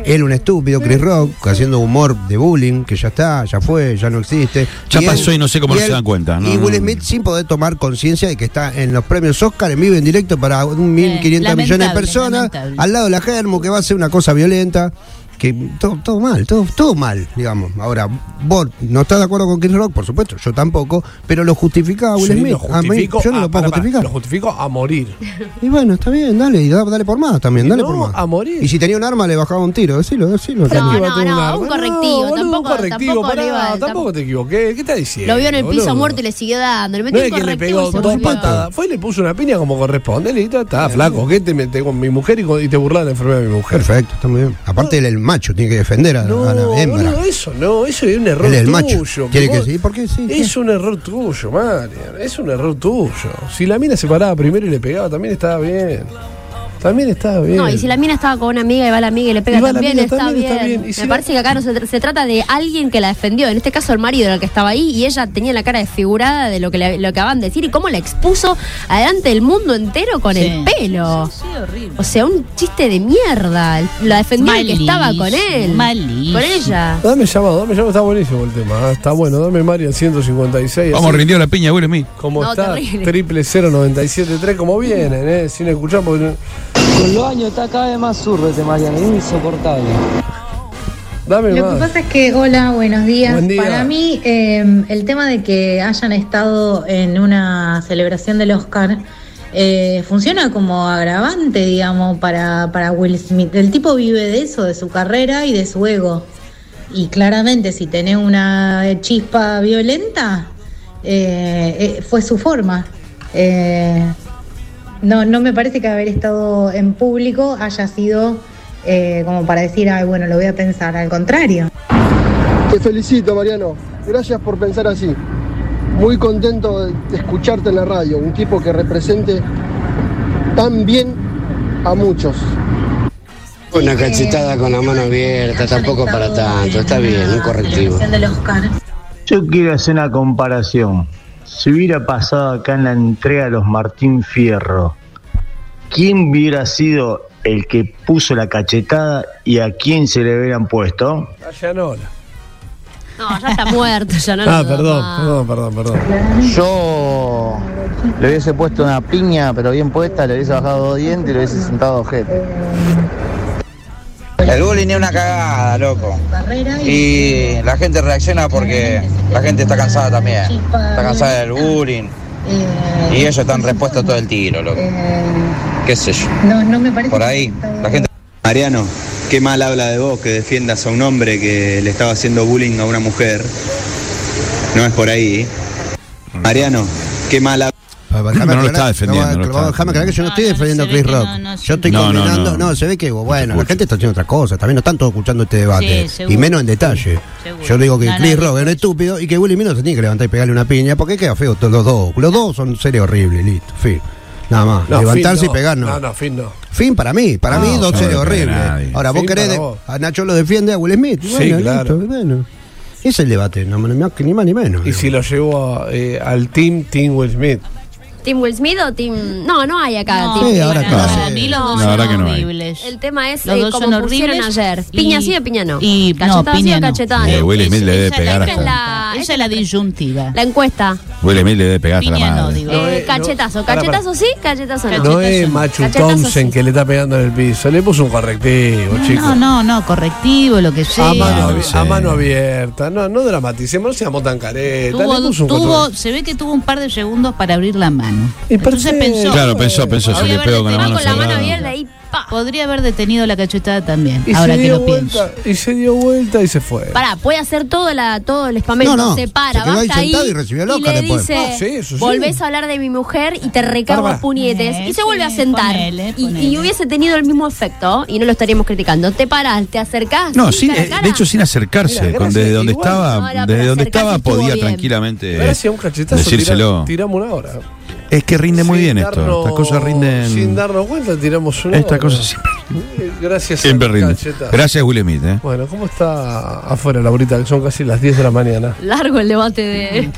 Él un estúpido, Chris Rock, haciendo humor de bullying, que ya está, ya fue, ya no existe.
Ya
él-
pasó y no sé cómo no
él-
se dan cuenta, no,
y
no,
Will
no.
Smith sin poder tomar conciencia de que está en los premios Oscar en vivo, en directo para un 1.500 millones de
lamentable,
personas,
lamentable.
al lado de la Germo, que va a ser una cosa violenta. que todo, todo mal, todo, todo mal, digamos. Ahora, vos no estás de acuerdo con Chris Rock, por supuesto, yo tampoco, pero lo justificaba Will
Sí,
Smith.
lo
A mí-
justifico
yo no
a-
lo puedo
pará, pará,
justificar.
Lo justifico a morir.
Y bueno, está bien, dale, y da- dale por más también, dale
no,
por más.
a morir.
Y si tenía un arma, le bajaba un tiro, decilo, decilo.
No,
también.
no, no, un correctivo,
boludo,
tampoco,
un correctivo,
tampoco
pará,
arriba del-
tampoco te equivoqué. ¿Qué estás diciendo?
Lo vio en el piso
Eh, boludo?
muerto y le siguió dando. Le
No
metió
es
un
que le
correctivo
pegó
y se
dos
volvió.
patadas. Fue y le puso una piña como corresponde. Le dijo, está flaco. ¿Qué te metes con mi mujer y, con- y te burlas de la enfermedad de mi mujer?
Perfecto, está muy bien. Aparte, él el macho tiene que defender a,
No,
a la hembra.
boludo, eso no, eso es un error
Él es el
tuyo.
macho. Quiere que
vos-
sí, ¿por qué sí?
Es un error tuyo, Marian. Es un error tuyo. Si la mina se paraba primero y le pegaba, también estaba bien. También estaba bien.
No, y si la mina estaba con una amiga y va la amiga y le pega
Y va la
también,
mina,
está,
también
bien.
está bien. Y si
Me
la-
parece que acá no se, tr- se trata de alguien que la defendió. En este caso, el marido era el que estaba ahí y ella tenía la cara desfigurada de lo que le lo que acaban de decir y cómo la expuso adelante del mundo entero con
Sí.
el pelo. O sea, un chiste de mierda. La defendió el que
Malísimo,
estaba con él.
malísimo.
Con ella.
Dame llamado, dame llamado. Está buenísimo el tema. ah, Está bueno. Dame Marian 156.
Vamos,
así
rindió la piña, Will Smith.
Como
No,
está,
terrible.
triple 0973, como vienen, ¿eh? Sin escuchar, porque no-
Con los años está cada vez más zurdo este Mariano, es insoportable.
Dame
Lo que
más.
pasa es que, hola, buenos días.
Buen día.
Para mí, eh, el tema de que hayan estado en una celebración del Oscar eh, funciona como agravante, digamos, para, para Will Smith. El tipo vive de eso, de su carrera y de su ego. Y claramente, si tenés una chispa violenta, eh, eh, fue su forma. Eh, no, no me parece que haber estado en público haya sido eh, como para decir, ay, bueno, lo voy a pensar, al contrario.
Te felicito, Mariano. Gracias por pensar así. Muy contento de de escucharte en la radio. Un tipo que represente tan bien a muchos.
Una cachetada con la mano abierta, tampoco para tanto, está bien, un correctivo.
del Oscar.
Yo quiero hacer una comparación. Si hubiera pasado acá en la entrega de los Martín Fierro, ¿quién hubiera sido el que puso la cachetada y a quién se le hubieran puesto?
Allá no. la-
No, ya está muerto, ya no
Ah,
lo
perdón,
más.
perdón, perdón, perdón.
Yo le hubiese puesto una piña, pero bien puesta, le hubiese bajado dos dientes y le hubiese sentado ojete. El bullying es una cagada, loco. Y la gente reacciona porque la gente está cansada también. Está cansada del bullying. Y ellos están respuestos a todo el tiro, loco. ¿Qué sé yo?
No, no me parece.
Por ahí, la gente. Mariano, qué mal habla de vos que defiendas a un hombre que le estaba haciendo bullying a una mujer. No es por ahí. ¿eh? Mariano, qué mal habla.
Ah, Déjame
No lo
aclarar,
está defendiendo, no lo está
Déjame aclarar que yo no estoy defendiendo a Chris Rock. yo estoy
No, no,
condenando. No,
no.
se ve que, bueno, la gente está haciendo otra cosa. También no están todos escuchando este debate.
Sí, seguro.
y menos en detalle. Yo digo que
No,
Chris
no,
Rock es un estúpido y que Willy Mino se tiene que levantar y pegarle una piña porque queda feo todos los dos. Los dos son seres horribles, listo. Fin. Nada más.
No,
Levantarse
fin, no.
y pegarnos.
No, no, fin no.
Fin para mí, para
Ah, No,
mí
yo
dos
no
seres
creo
horribles.
a nadie.
Ahora vos
Fin
querés,
para
de-
vos.
a Nacho lo defiende a Will Smith.
Sí,
Bueno,
claro.
listo, bueno. Ese es el debate, no, no- ni más ni menos.
Y si lo llevo a, eh, al team, Team Will Smith.
¿Team Will Smith o Team.? No, no hay acá.
No,
team
Sí,
Will
ahora
Smith.
acá No, sí. para mí los dos son
que no hay.
horribles.
El tema es
Los
eh,
dos son
como pusieron
horribles
ayer.
y-
Piña sí o piña no.
Y no,
Cachetada sí o
piña no.
cachetada no.
Eh, Will Smith le debe
Esa es la
pegar
pregunta.
hasta.
Esa es la disyuntiva.
La encuesta.
Will Smith le debe pegar hasta la
Piña no,
madre.
digo.
Eh,
no, para,
cachetazo.
para.
Cachetazo sí, cachetazo no.
No es Machu
Cachetazo
Thompson que le está pegando en el piso. Le puso un correctivo, chicos.
No, no, no, correctivo,
Ah,
lo que sea.
A mano, a mano abierta, no, no dramaticemos, no seamos tan
Eh,
caretas.
Tuvo-
le puso un
tuvo-
control.
se ve que tuvo un par de segundos para abrir la mano. Entonces
perfecto.
pensó.
Claro, pensó, pensó, si
Podría
le
haber
pego con la
detenido-
mano cerrada.
Podría haber detenido la cachetada también.
Y
ahora
se
que
dio
lo pienso.
vuelta, y se dio vuelta y se fue.
Pará, puede hacer todo, la, todo el espamento.
No, no,
Se para,
se quedó
baja
ahí
ahí.
sentado y recibió el Oscar
le
después.
dice:
Ah, sí, eso sí.
Volvés a hablar de mi mujer y te recago
Pará,
a
pará.
puñetes. y se vuelve a sentar.
ponele,
Y- y, hubiese tenido el mismo efecto y no lo estaríamos criticando. Te parás, te acercás.
No,
sí,
sin,
cara a
eh,
cara.
de hecho sin acercarse,
Mira,
con- desde
gracias,
donde
igual.
estaba,
Ahora, pero
desde donde
acercarse
estaba
estuvo
podía
bien.
tranquilamente eh,
Gracias a un cachetazo.
decírselo.
tira- Tiramos una hora.
Es que rinde muy
Sin
bien
darnos-
esto, estas cosas
Sin
rinden.
darnos cuenta, tiramos una
Estas
hora.
cosas siempre,
Eh, Gracias a
siempre
un
rinden.
cachetazo.
Gracias Will Smith, eh.
Bueno, ¿cómo está afuera, Laurita? Que son casi las 10 de la mañana.
Largo el debate de.
Mm.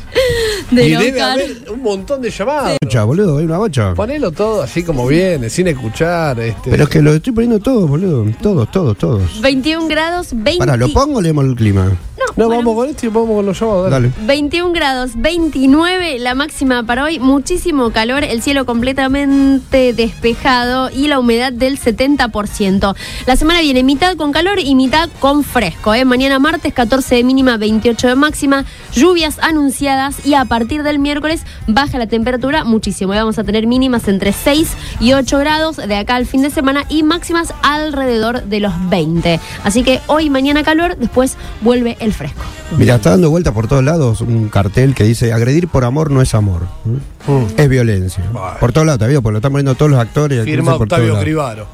y
de
debe
Oscar.
haber un montón de llamadas.
Bocha, boludo, hay una bocha.
Ponelo todo así como viene, sin escuchar. Este.
Pero es que lo estoy poniendo todo, boludo. Todos, todos, todos.
21 grados, 20.
Pará, ¿lo pongo o leemos el clima?
No,
No, bueno, vamos con este y vamos con los llamados. Dale.
21 grados, 29 la máxima para hoy. Muchísimo calor, el cielo completamente despejado y la humedad del 70%. La semana viene mitad con calor y mitad con fresco. ¿eh? Mañana martes 14 de mínima, 28 de máxima. Lluvias anunciadas y a partir del miércoles baja la temperatura muchísimo. Y vamos a tener mínimas entre 6 y 8 grados de acá al fin de semana y máximas alrededor de los 20. Así que hoy, mañana calor, después vuelve el fresco.
Mira, está dando vuelta por todos lados un cartel que dice agredir por amor no es amor. ¿Mm? Mm. Es violencia. Vale. Por todos lados, Porque lo están poniendo todos los actores.
Firma Octavio Crivaro.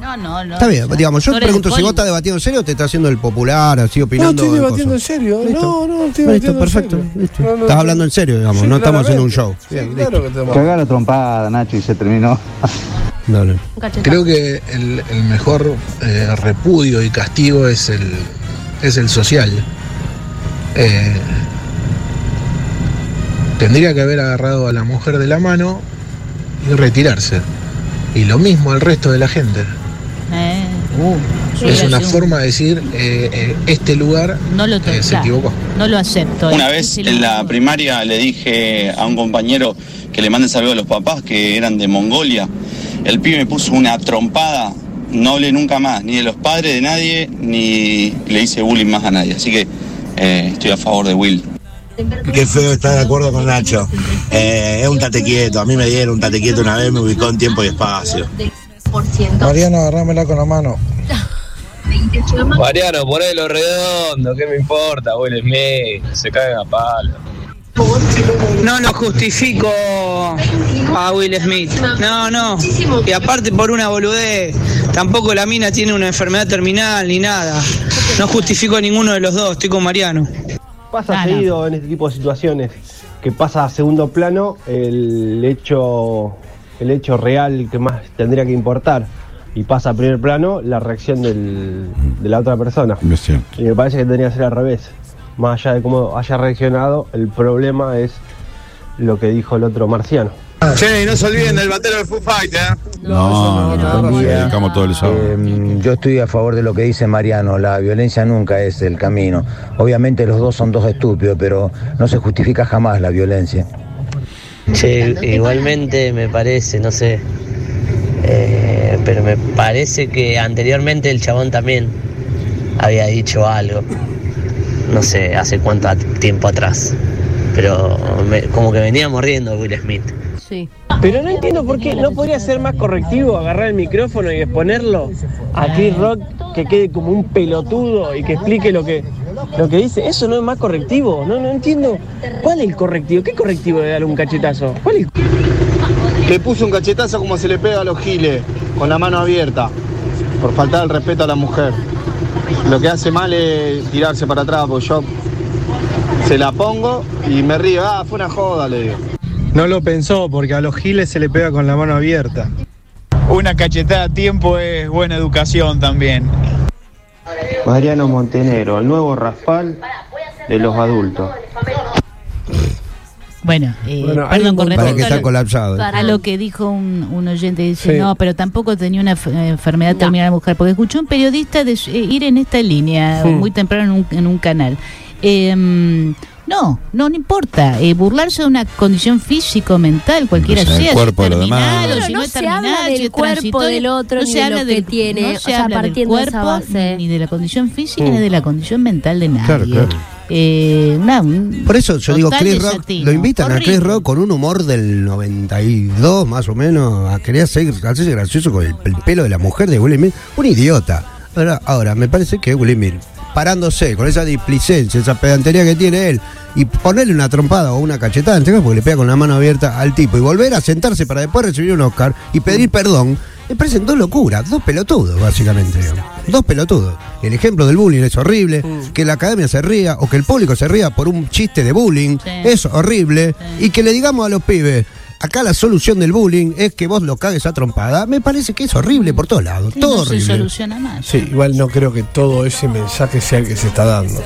No, no, no.
Está bien, digamos, yo pregunto si vos estás debatiendo en serio o te está haciendo el popular, así opinando.
No, estoy debatiendo en serio. ¿eh? No, no, estoy debatiendo.
perfecto. Estás hablando en serio, digamos, no estamos haciendo un show.
Cagá la trompada, Nacho, y se terminó.
Dale.
Creo que el, el mejor eh, repudio y castigo es el, es el social. Eh, tendría que haber agarrado a la mujer de la mano y retirarse. Y lo mismo al resto de la gente.
Eh, uh,
es una forma de decir, eh, eh, este lugar
no lo tengo,
se equivocó.
No lo acepto.
Una vez en la primaria le dije a un compañero que le manden saludos a los papás que eran de Mongolia. El pibe me puso una trompada. No hablé nunca más, ni de los padres de nadie, ni le hice bullying más a nadie. Así que estoy a favor de Will.
Qué feo estar de acuerdo con Nacho. Eh, es un tate quieto. A mí me dieron un tate quieto una vez, me ubicó en tiempo y espacio.
Mariano, agarrámela con la mano.
Mariano, ponelo redondo, ¿qué me importa? Will Smith, se caen a palo.
No lo justifico a Will Smith. No, no. Y aparte por una boludez. Tampoco la mina tiene una enfermedad terminal ni nada. No justifico a ninguno de los dos, estoy con Mariano.
Ah,
Pasa seguido en este tipo de situaciones que pasa a segundo plano el hecho el hecho real que más tendría que importar y pasa a primer plano la reacción del, de la otra persona. Y me parece que tendría que ser al revés. Más allá de cómo haya reaccionado, el problema es lo que dijo el otro marciano.
Che, no se olviden del batero del Foo Fighter.
No, no, no, dedicamos todo el sábado.
Eh, yo estoy a favor de lo que dice Mariano, la violencia nunca es el camino. Obviamente los dos son dos estúpidos, pero no se justifica jamás la violencia.
Che, igualmente me parece, no sé. Eh, pero me parece que anteriormente el chabón también había dicho algo. No sé hace cuánto tiempo atrás. Pero me, como que venía mordiendo Will Smith.
Sí.
Pero no entiendo por qué no podría ser más correctivo agarrar el micrófono y exponerlo a Chris Rock que quede como un pelotudo y que explique lo que lo que dice. Eso no es más correctivo. No no entiendo. ¿Cuál es el correctivo? ¿Qué correctivo de darle un cachetazo? ¿Cuál es?
Le puso un cachetazo como se le pega a los giles, con la mano abierta, por faltar el respeto a la mujer. Lo que hace mal es tirarse para atrás, porque yo se la pongo y me río. Ah, fue una joda, le digo.
No lo pensó porque a los giles se le pega con la mano abierta.
Una cachetada a tiempo es buena educación también.
Mariano Montenegro, el nuevo raspal de los adultos.
Bueno, eh, bueno perdón, con
para que está
lo,
colapsado.
A lo que dijo un, un oyente, dice, sí. no, pero tampoco tenía una enfermedad no. terminal de mujer, porque escuché un periodista de, eh, ir en esta línea sí. muy temprano en un, en un canal. Eh, no, no, no importa. Eh, burlarse de una condición físico, mental, cualquiera
no sea.
sea
el cuerpo de los demás.
Claro,
si
no,
no,
se habla del
si
cuerpo del otro,
no
ni
se
de
habla
lo
del,
que tiene.
No
o
se
sea,
habla del
partiendo de esa
cuerpo
base. Mm.
ni de la condición física ni de la condición mental de nadie.
Claro, claro.
Eh, una- un
Por eso yo digo,
total
Chris Rock,
desatino.
lo invitan a Chris
Horrible.
Rock con un humor del 92 más o menos, Ah, a querer hacer- hacerse gracioso con el, el pelo de la mujer de Will Smith, un idiota. Ahora, ahora, me parece que Will Smith, parándose con esa displicencia, esa pedantería que tiene él, y ponerle una trompada o una cachetada, ¿entendés? porque le pega con la mano abierta al tipo, y volver a sentarse para después recibir un Oscar y pedir perdón, me parecen dos locuras, dos pelotudos, básicamente. digamos. Dos pelotudos. El ejemplo del bullying es horrible, que la academia se ría o que el público se ría por un chiste de bullying
Sí.
es horrible, y que le digamos a los pibes. Acá la solución del bullying es que vos lo cagues a trompada. Me parece que es horrible por todos lados.
Sí,
todo
no se
horrible.
soluciona más.
Sí, igual no creo que todo ese mensaje sea el que se está dando.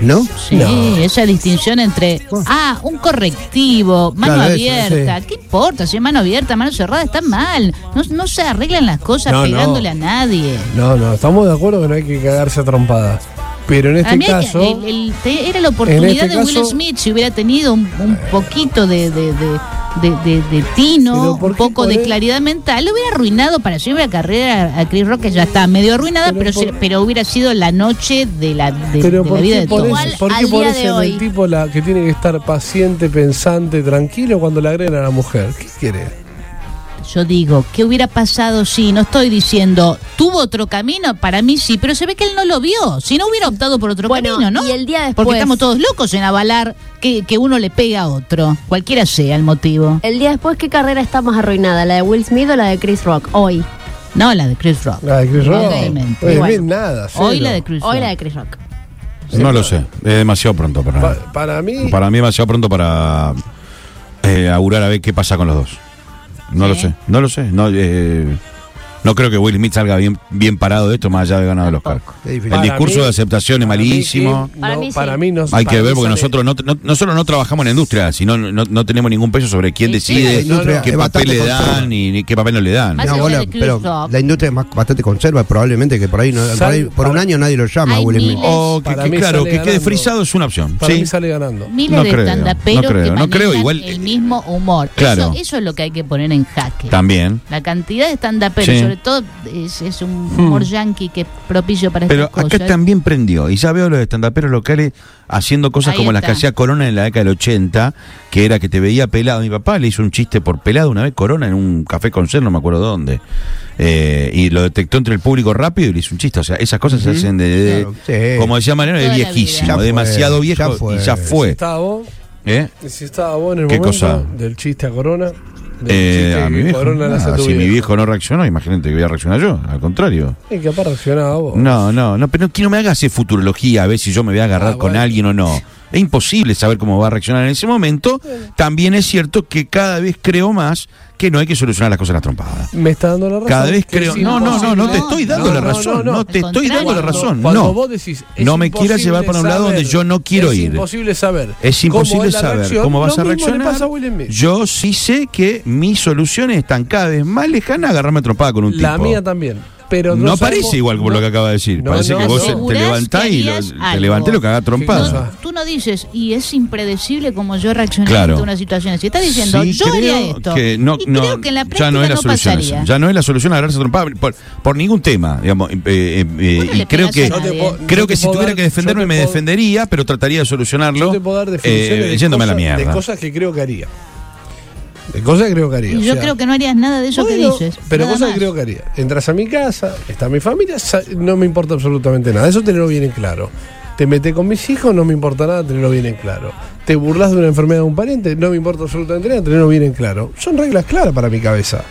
¿No?
Sí, esa distinción entre, ah, un correctivo, mano
Claro, eso,
abierta. ¿Qué importa si es mano abierta, mano cerrada? Está mal. No, no se arreglan las cosas
No, no.
pegándole a nadie.
No, no, estamos de acuerdo que no hay que cagarse a trompadas. Pero en
A
este
mí hay que-
caso.
el- el- te- era la oportunidad
este
de
caso-
Will Smith si hubiera tenido un, un poquito de, de- de- de- de- de tino, un poco de claridad mental, le hubiera arruinado para siempre la carrera a Chris Rock, que ya está medio arruinada, pero, se- pero hubiera sido la noche de la, de,
Pero
de
¿por
la vida
qué
de
por
todos.
eso, por qué por eso es el tipo la que tiene que estar paciente, pensante, tranquilo cuando le agregan a la mujer? ¿Qué quiere?
Yo digo, ¿qué hubiera pasado si? No estoy diciendo, ¿tuvo otro camino? Para mí sí, pero se ve que él no lo vio. Si no hubiera optado por otro camino, ¿no?
y el día
Porque
después-
estamos todos locos en avalar que, que uno le pega a otro, cualquiera sea el motivo.
El día después, ¿qué carrera está más arruinada? ¿La de Will Smith o la de Chris Rock? Hoy.
No, la de Chris Rock.
La de Chris Rock.
Obviamente.
Will
Bueno.
Smith, nada.
Hoy
cero.
la de Chris
Hoy
Rock.
la de Chris Rock.
No lo sé, es demasiado pronto para
Ah.
Pa- para mí.
Para mí es demasiado pronto para eh, augurar a ver qué pasa con los dos. No lo sé, no lo sé. No, eh, no creo que Will Smith salga bien, bien parado de esto más allá de ganado el Oscar. El
Para
discurso
mí-
de aceptación es malísimo.
Para mí, para mí no
Hay que
para mí
ver porque
sale-
nosotros no, no, no solo no trabajamos en la industria, sino no, no tenemos ningún peso sobre quién decide,
sí, la industria
qué
es
papel
bastante
le
conserva.
dan y ni qué papel no le dan.
No, bueno, pero la industria es más, bastante conserva, probablemente que por ahí, no- por,
Sal-
ahí- por un año nadie lo llama
Hay
Will Smith.
miles.
O Oh, que,
Para
que
mí
claro,
sale
que quede
ganando.
frisado es una opción.
Para
sí.
mí sale ganando.
Miles
No
de
creo,
estandaperos
no creo,
que
no
manejan
creo, igual- eh,
el mismo humor.
Claro.
Eso, eso es lo que hay que poner en jaque.
También.
La cantidad de estandaperos,
Sí. Hmm.
sobre todo es, es un humor yankee que es propicio para
Pero
estas cosas.
acá también prendió. Y ya veo los estandaperos locales haciendo cosas
Ahí
como las que
está.
hacía Corona en la década del 80, que era que te veía pelado. Mi papá le hizo un chiste por pelado una vez Corona en un café con ser, no me acuerdo dónde. Eh, y lo detectó entre el público rápido y le hizo un chiste. O sea, esas cosas se hacen de, de- Eh, como decía Mariano, de
Toda la vida. Ya
viejísimo,
fue,
demasiado viejo
ya fue.
y ya
Si
fue.
estaba vos,
¿Eh?
si estaba vos en el
¿Qué
momento
cosa?
del chiste a Corona, del
Eh,
chiste
a
que
mi viejo.
Corona le hace a
Ah,
tu
si mi
viejo.
viejo no reaccionó, imagínate que voy a reaccionar yo, al contrario.
Y capaz reaccionaba vos.
No, no, no, pero que no me hagas hacer futurología a ver si yo me voy a
Ah,
agarrar con alguien o no. Es imposible saber cómo va a reaccionar en ese momento. También es cierto que cada vez creo más que no hay que solucionar las cosas a las trompadas.
Me está dando la razón.
Cada vez
que
creo-
es
no, no,
imposible.
no, no te estoy dando la razón, no te
al
estoy dando la
contrario.
razón,
Cuando
no.
vos decís, es
No me quieras llevar para un lado
imposible
donde yo no quiero
es
ir.
imposible saber.
Es
cómo
imposible
es la
saber
reacción.
cómo vas
Lo
a
mismo le
reaccionar.
pasa a Will Smith.
Yo sí sé que mis soluciones están cada vez más lejanas a agarrarme a trompada con un
La
tipo.
mía también. Pero
no
sabemos-
parece igual como lo que acaba de decir.
No,
parece
no,
que vos
no.
te levantás y lo,
Asegurás que harías
te levantás y lo
algo.
cagás a trompada.
Tú no dices, y es impredecible como yo reaccioné
Claro.
ante una situación así. Estás diciendo,
Sí,
yo
creo
haría esto.
que no-
y
no,
creo que en la práctica
ya no
no,
es la solución. eso.
pasaría.
Ya no es la solución agarrarse a trompada por, por ningún tema. Digamos, eh, eh, eh,
le
y creo
pegás
que,
a nadie. Yo te puedo-
creo
yo
que
te
si
puedo
tuviera
dar-
que
yo
defenderme
te
me
puedo-
defendería, pero trataría de solucionarlo
Yo te puedo dar definiciones
eh,
de,
yéndome
cosas,
a la
de
mierda.
cosas que creo que haría. De cosas que creo que haría.
Y
o
yo
sea,
creo que no harías nada de eso
bueno,
que dices.
Pero
nada
cosas que
más.
creo que haría. Entras a mi casa, está mi familia, sa- no me importa absolutamente nada. Eso tenerlo bien en claro. Te metes con mis hijos, no me importa nada, tenerlo bien en claro. Te burlas de una enfermedad de un pariente, no me importa absolutamente nada, tenerlo bien en claro. Son reglas claras para mi cabeza.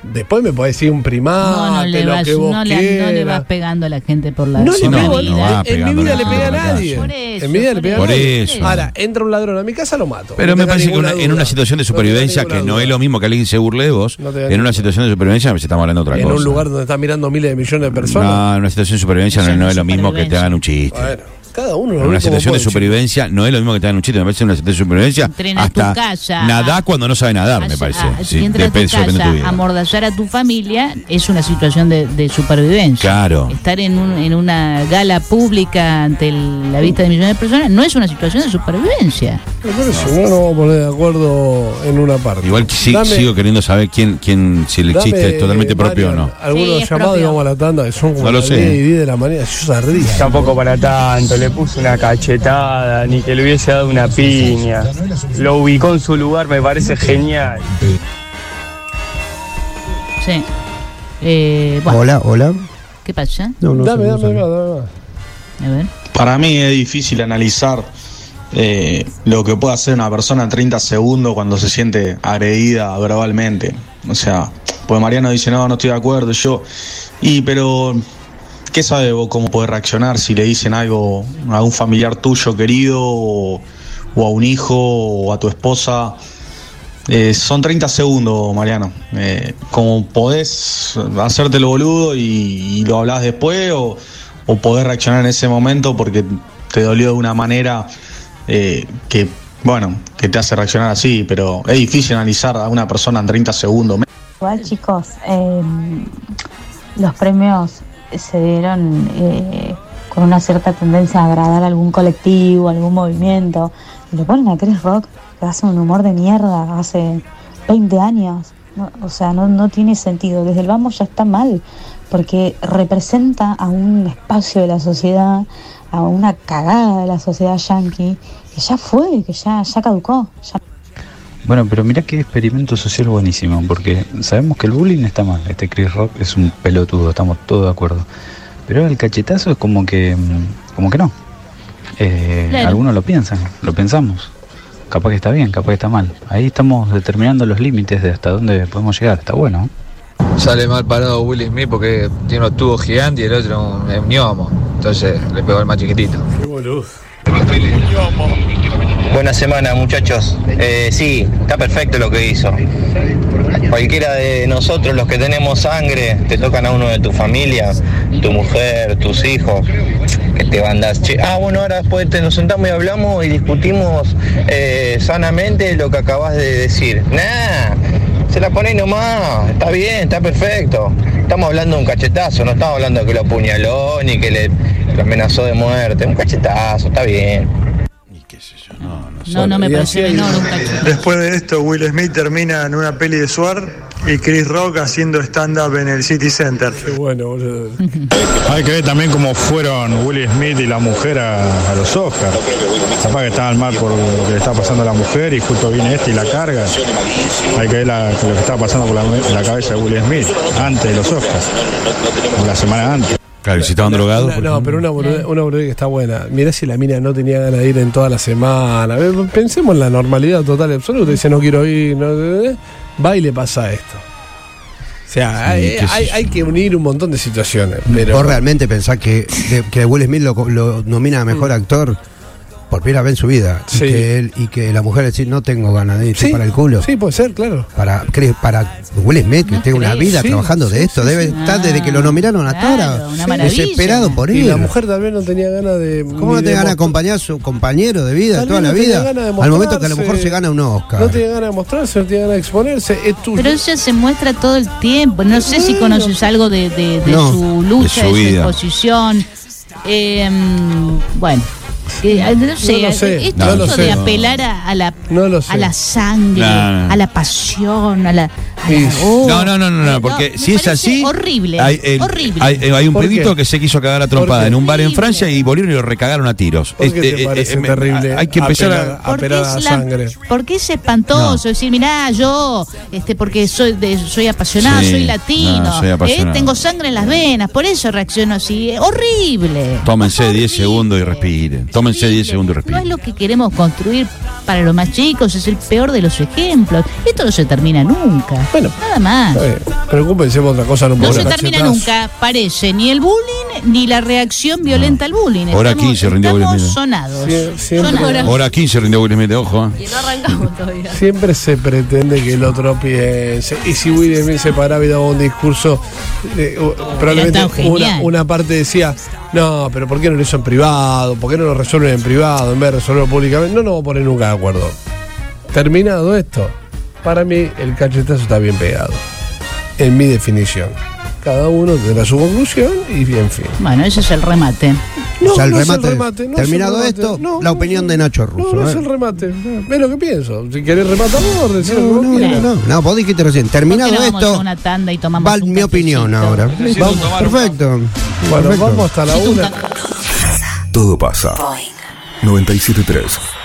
Después me podés decir un primado,
No, no le,
lo
vas,
que vos
no, le, no le vas
quieras.
pegando a la gente por la
No le
por la
pego,
vida.
no,
va
¿eh? en mi
pegando
vida le
la
pegué a
gente por la
nadie.
calle.
en mi vida le pegué a
por
nadie.
eso.
Ahora, entra un ladrón a mi casa, lo mato.
Pero
No
me
tenga
parece que
ninguna
una- en una
duda.
situación de supervivencia, que no es lo mismo que alguien se burle de vos,
No te da
en una
ninguna.
situación de supervivencia se estamos hablando de otra
en
cosa.
un lugar donde están mirando miles de millones de personas.
No, en una situación de supervivencia no,
Eso
no
no
es
es
lo mismo que te hagan un chiste.
Bueno, cada uno lo
En
ve
una
como
situación de
puede,
supervivencia no es lo mismo que te hagan un chiste. Me parece una situación de supervivencia.
Entrena
hasta
tu casa.
Nadar cuando no sabe nadar, me parece.
Ah,
Sí,
si entras a tu
depende- eso depende de
casa,
tu vida.
amordazar a tu familia es una situación de, de supervivencia.
Claro.
Estar en, un- en una gala pública ante el- la vista de millones de personas no es una situación de supervivencia.
chico. Pero si no, no vamos a poner de acuerdo en una parte.
Igual que sí-
Dame-
sigo queriendo saber quién, quién si el
dame,
chiste es totalmente propio o no.
Mariano, Algunos
Sí, es
llamados y
propio.
vamos a la tanda que son como
No lo
las
sé.
10 y 10 de la mañana. Yo ya río.
Tampoco para tanto, le puso una cachetada, ni que le hubiese dado una piña. Lo ubicó en su lugar, me parece genial.
Sí. Eh, bueno,
Hola, hola.
¿Qué pasa?
dame, dame, dame, dame.
A ver.
Para mí es difícil analizar eh, lo que puede hacer una persona en 30 segundos cuando se siente agredida verbalmente. O sea, pues Mariano dice, no, no estoy de acuerdo, yo. Y pero, ¿qué sabe vos cómo podés reaccionar si le dicen algo a un familiar tuyo querido o, o a un hijo o a tu esposa? Eh, son 30 segundos, Mariano. Eh, como podés hacerte lo boludo y, y lo hablas después o, o podés reaccionar en ese momento porque te dolió de una manera eh, que, bueno, que te hace reaccionar así, pero es difícil analizar a una persona en 30 segundos.
Igual chicos, eh, los premios se dieron eh, con una cierta tendencia a agradar a algún colectivo, a algún movimiento. Y lo ponen a Chris Rock, que hace un humor de mierda hace 20 años. No, o sea, no, no tiene sentido. Desde el vamos ya está mal, porque representa a un espacio de la sociedad, a una cagada de la sociedad yankee, que ya fue, que ya, ya caducó. ya-
Bueno, pero mirá qué experimento social buenísimo, porque sabemos que el bullying está mal, este Chris Rock es un pelotudo, estamos todos de acuerdo. Pero el cachetazo es como que, mm, como que no. Eh,
Claro.
Algunos lo piensan, lo pensamos. Capaz que está bien, capaz que está mal. Ahí estamos determinando los límites de hasta dónde podemos llegar, está bueno.
Sale mal parado Will Smith porque tiene unos tubos gigantes y el otro un, es un gnomo. Entonces le pegó el más chiquitito.
Buena semana muchachos. Eh, sí, está perfecto lo que hizo. Cualquiera de nosotros, los que tenemos sangre, te tocan a uno de tu familia, tu mujer, tus hijos, que te van a dar, "Che, ah, bueno, ahora después te nos sentamos y hablamos y discutimos eh, sanamente lo que acabas de decir. Nah, se la ponéis nomás, está bien, está perfecto. Estamos hablando de un cachetazo, no estamos hablando de que lo apuñaló ni que le lo amenazó de muerte. Un cachetazo, está bien.
No, no me parece menor un cachetazo.
Después de esto, Will Smith termina en una peli de Suar y Chris Rock haciendo stand-up en el City Center. Qué bueno, boludo.
Hay que ver también cómo fueron Will Smith y la mujer a, a los Oscars. Capaz que estaban mal por lo que le está pasando a la mujer y justo viene este y la carga. Hay que ver la- lo que estaba pasando por la, la cabeza de Will Smith antes de los Oscars, o la semana antes.
Claro, y si estaban drogados.
No, no, pero una boludez, una boludez que está buena. Mirá si la mina no tenía ganas de ir en toda la semana. A ver, Pensemos en la normalidad total y absoluta. Dice, no quiero ir. No, eh, eh. va y le pasa esto. O sea,
Sí,
hay,
qué sé
hay-
yo. Mm,
hay que unir un montón de situaciones. Pero
¿Vos realmente pensás que, de- que Will Smith lo, co- lo nomina a
Mm.
mejor actor por primera vez en su vida?
Sí.
Y, que él- y que la mujer decir no tengo ganas de irte para el culo.
Sí, puede ser, claro.
Para, cre- para Will Smith, que tiene una
crees.
vida
Sí,
trabajando de esto, debe estar desde
Ah,
que lo nominaron hasta ahora desesperado por
Y
ir.
la mujer tal vez no tenía ganas de.
¿Cómo no te gana a acompañar a su compañero de vida toda la vida? Al momento que a lo mejor se gana un Oscar.
No tiene ganas de mostrarse, no tiene ganas de exponerse. Es tuyo.
Pero ella se muestra todo el tiempo. No sé si conoces algo de, de- de
No,
su lucha,
de su
de su,
vida.
exposición. Eh, bueno, que, eh, no sé,
No lo sé,
esto
no
esto
lo
de
sé.
apelar a, a la,
No lo sé.
a la sangre,
No, no.
a la pasión, a la... a la- oh,
No, no, no, no, no, porque si es así.
horrible,
Hay, el-
horrible.
hay- eh, hay un
¿Por qué?
pedito que se quiso cagar a
¿Por
trompada
qué?
en un bar en Francia y volvieron y lo recagaron a tiros.
¿Por qué
Este,
te
eh,
parece
eh, me-
terrible
Hay que empezar
apelar-
a.
apelar a la
es la-
sangre?
Porque es espantoso decir, mirá, yo, este, porque soy de- soy apasionado,
Sí,
soy latino,
no, soy
¿eh?
apasionado.
tengo sangre en las venas, por eso reacciono así. Es Horrible.
Tómense 10 segundos y respiren. Tómense 10 segundos y respiren.
No es lo que queremos construir para los más chicos, es el peor de los ejemplos. Esto no se termina nunca. nada más.
Está bien. Preocúpense por otra cosa en un
No se
momento.
termina nunca, parece, ni el bullying ni la reacción violenta al bullying.
Hora
Estamos-
15 rindió Will
estamos
Smith.
sonados.
Hora,
Sonados.
15 rindió Will Smith, ojo. ¿eh?
Y no arrancamos todavía.
Siempre se pretende que el otro piense. Y si Will Smith se paraba y daba un discurso, eh, u- probablemente
tan genial.
una, una parte decía, no, pero ¿por qué no lo hizo en privado? ¿Por qué no lo resuelven en privado en vez de resolverlo públicamente? No nos vamos a poner nunca de acuerdo. Terminado esto, para mí el cachetazo está bien pegado. En mi definición. Cada uno tendrá su conclusión y bien fin.
Bueno, ese es el remate.
No,
Ya el
no es el
remate.
remate, no es el
Terminado
remate.
esto,
No,
la opinión de Nacho Russo. ¿eh?
No, no
a
es el
ver.
remate. Ve lo que pienso. Si querés rematar vos, decís lo que
No,
vos
no,
quieras.
no, no. No, vos dijiste recién,
¿Por
terminado
qué no vamos a
esto,
una tanda y tomamos
va
un
mi opinión ahora.
Necesito
Vamos,
tomar un-
perfecto.
Bueno,
Perfecto.
vamos hasta la una.
Todo pasa. 97.3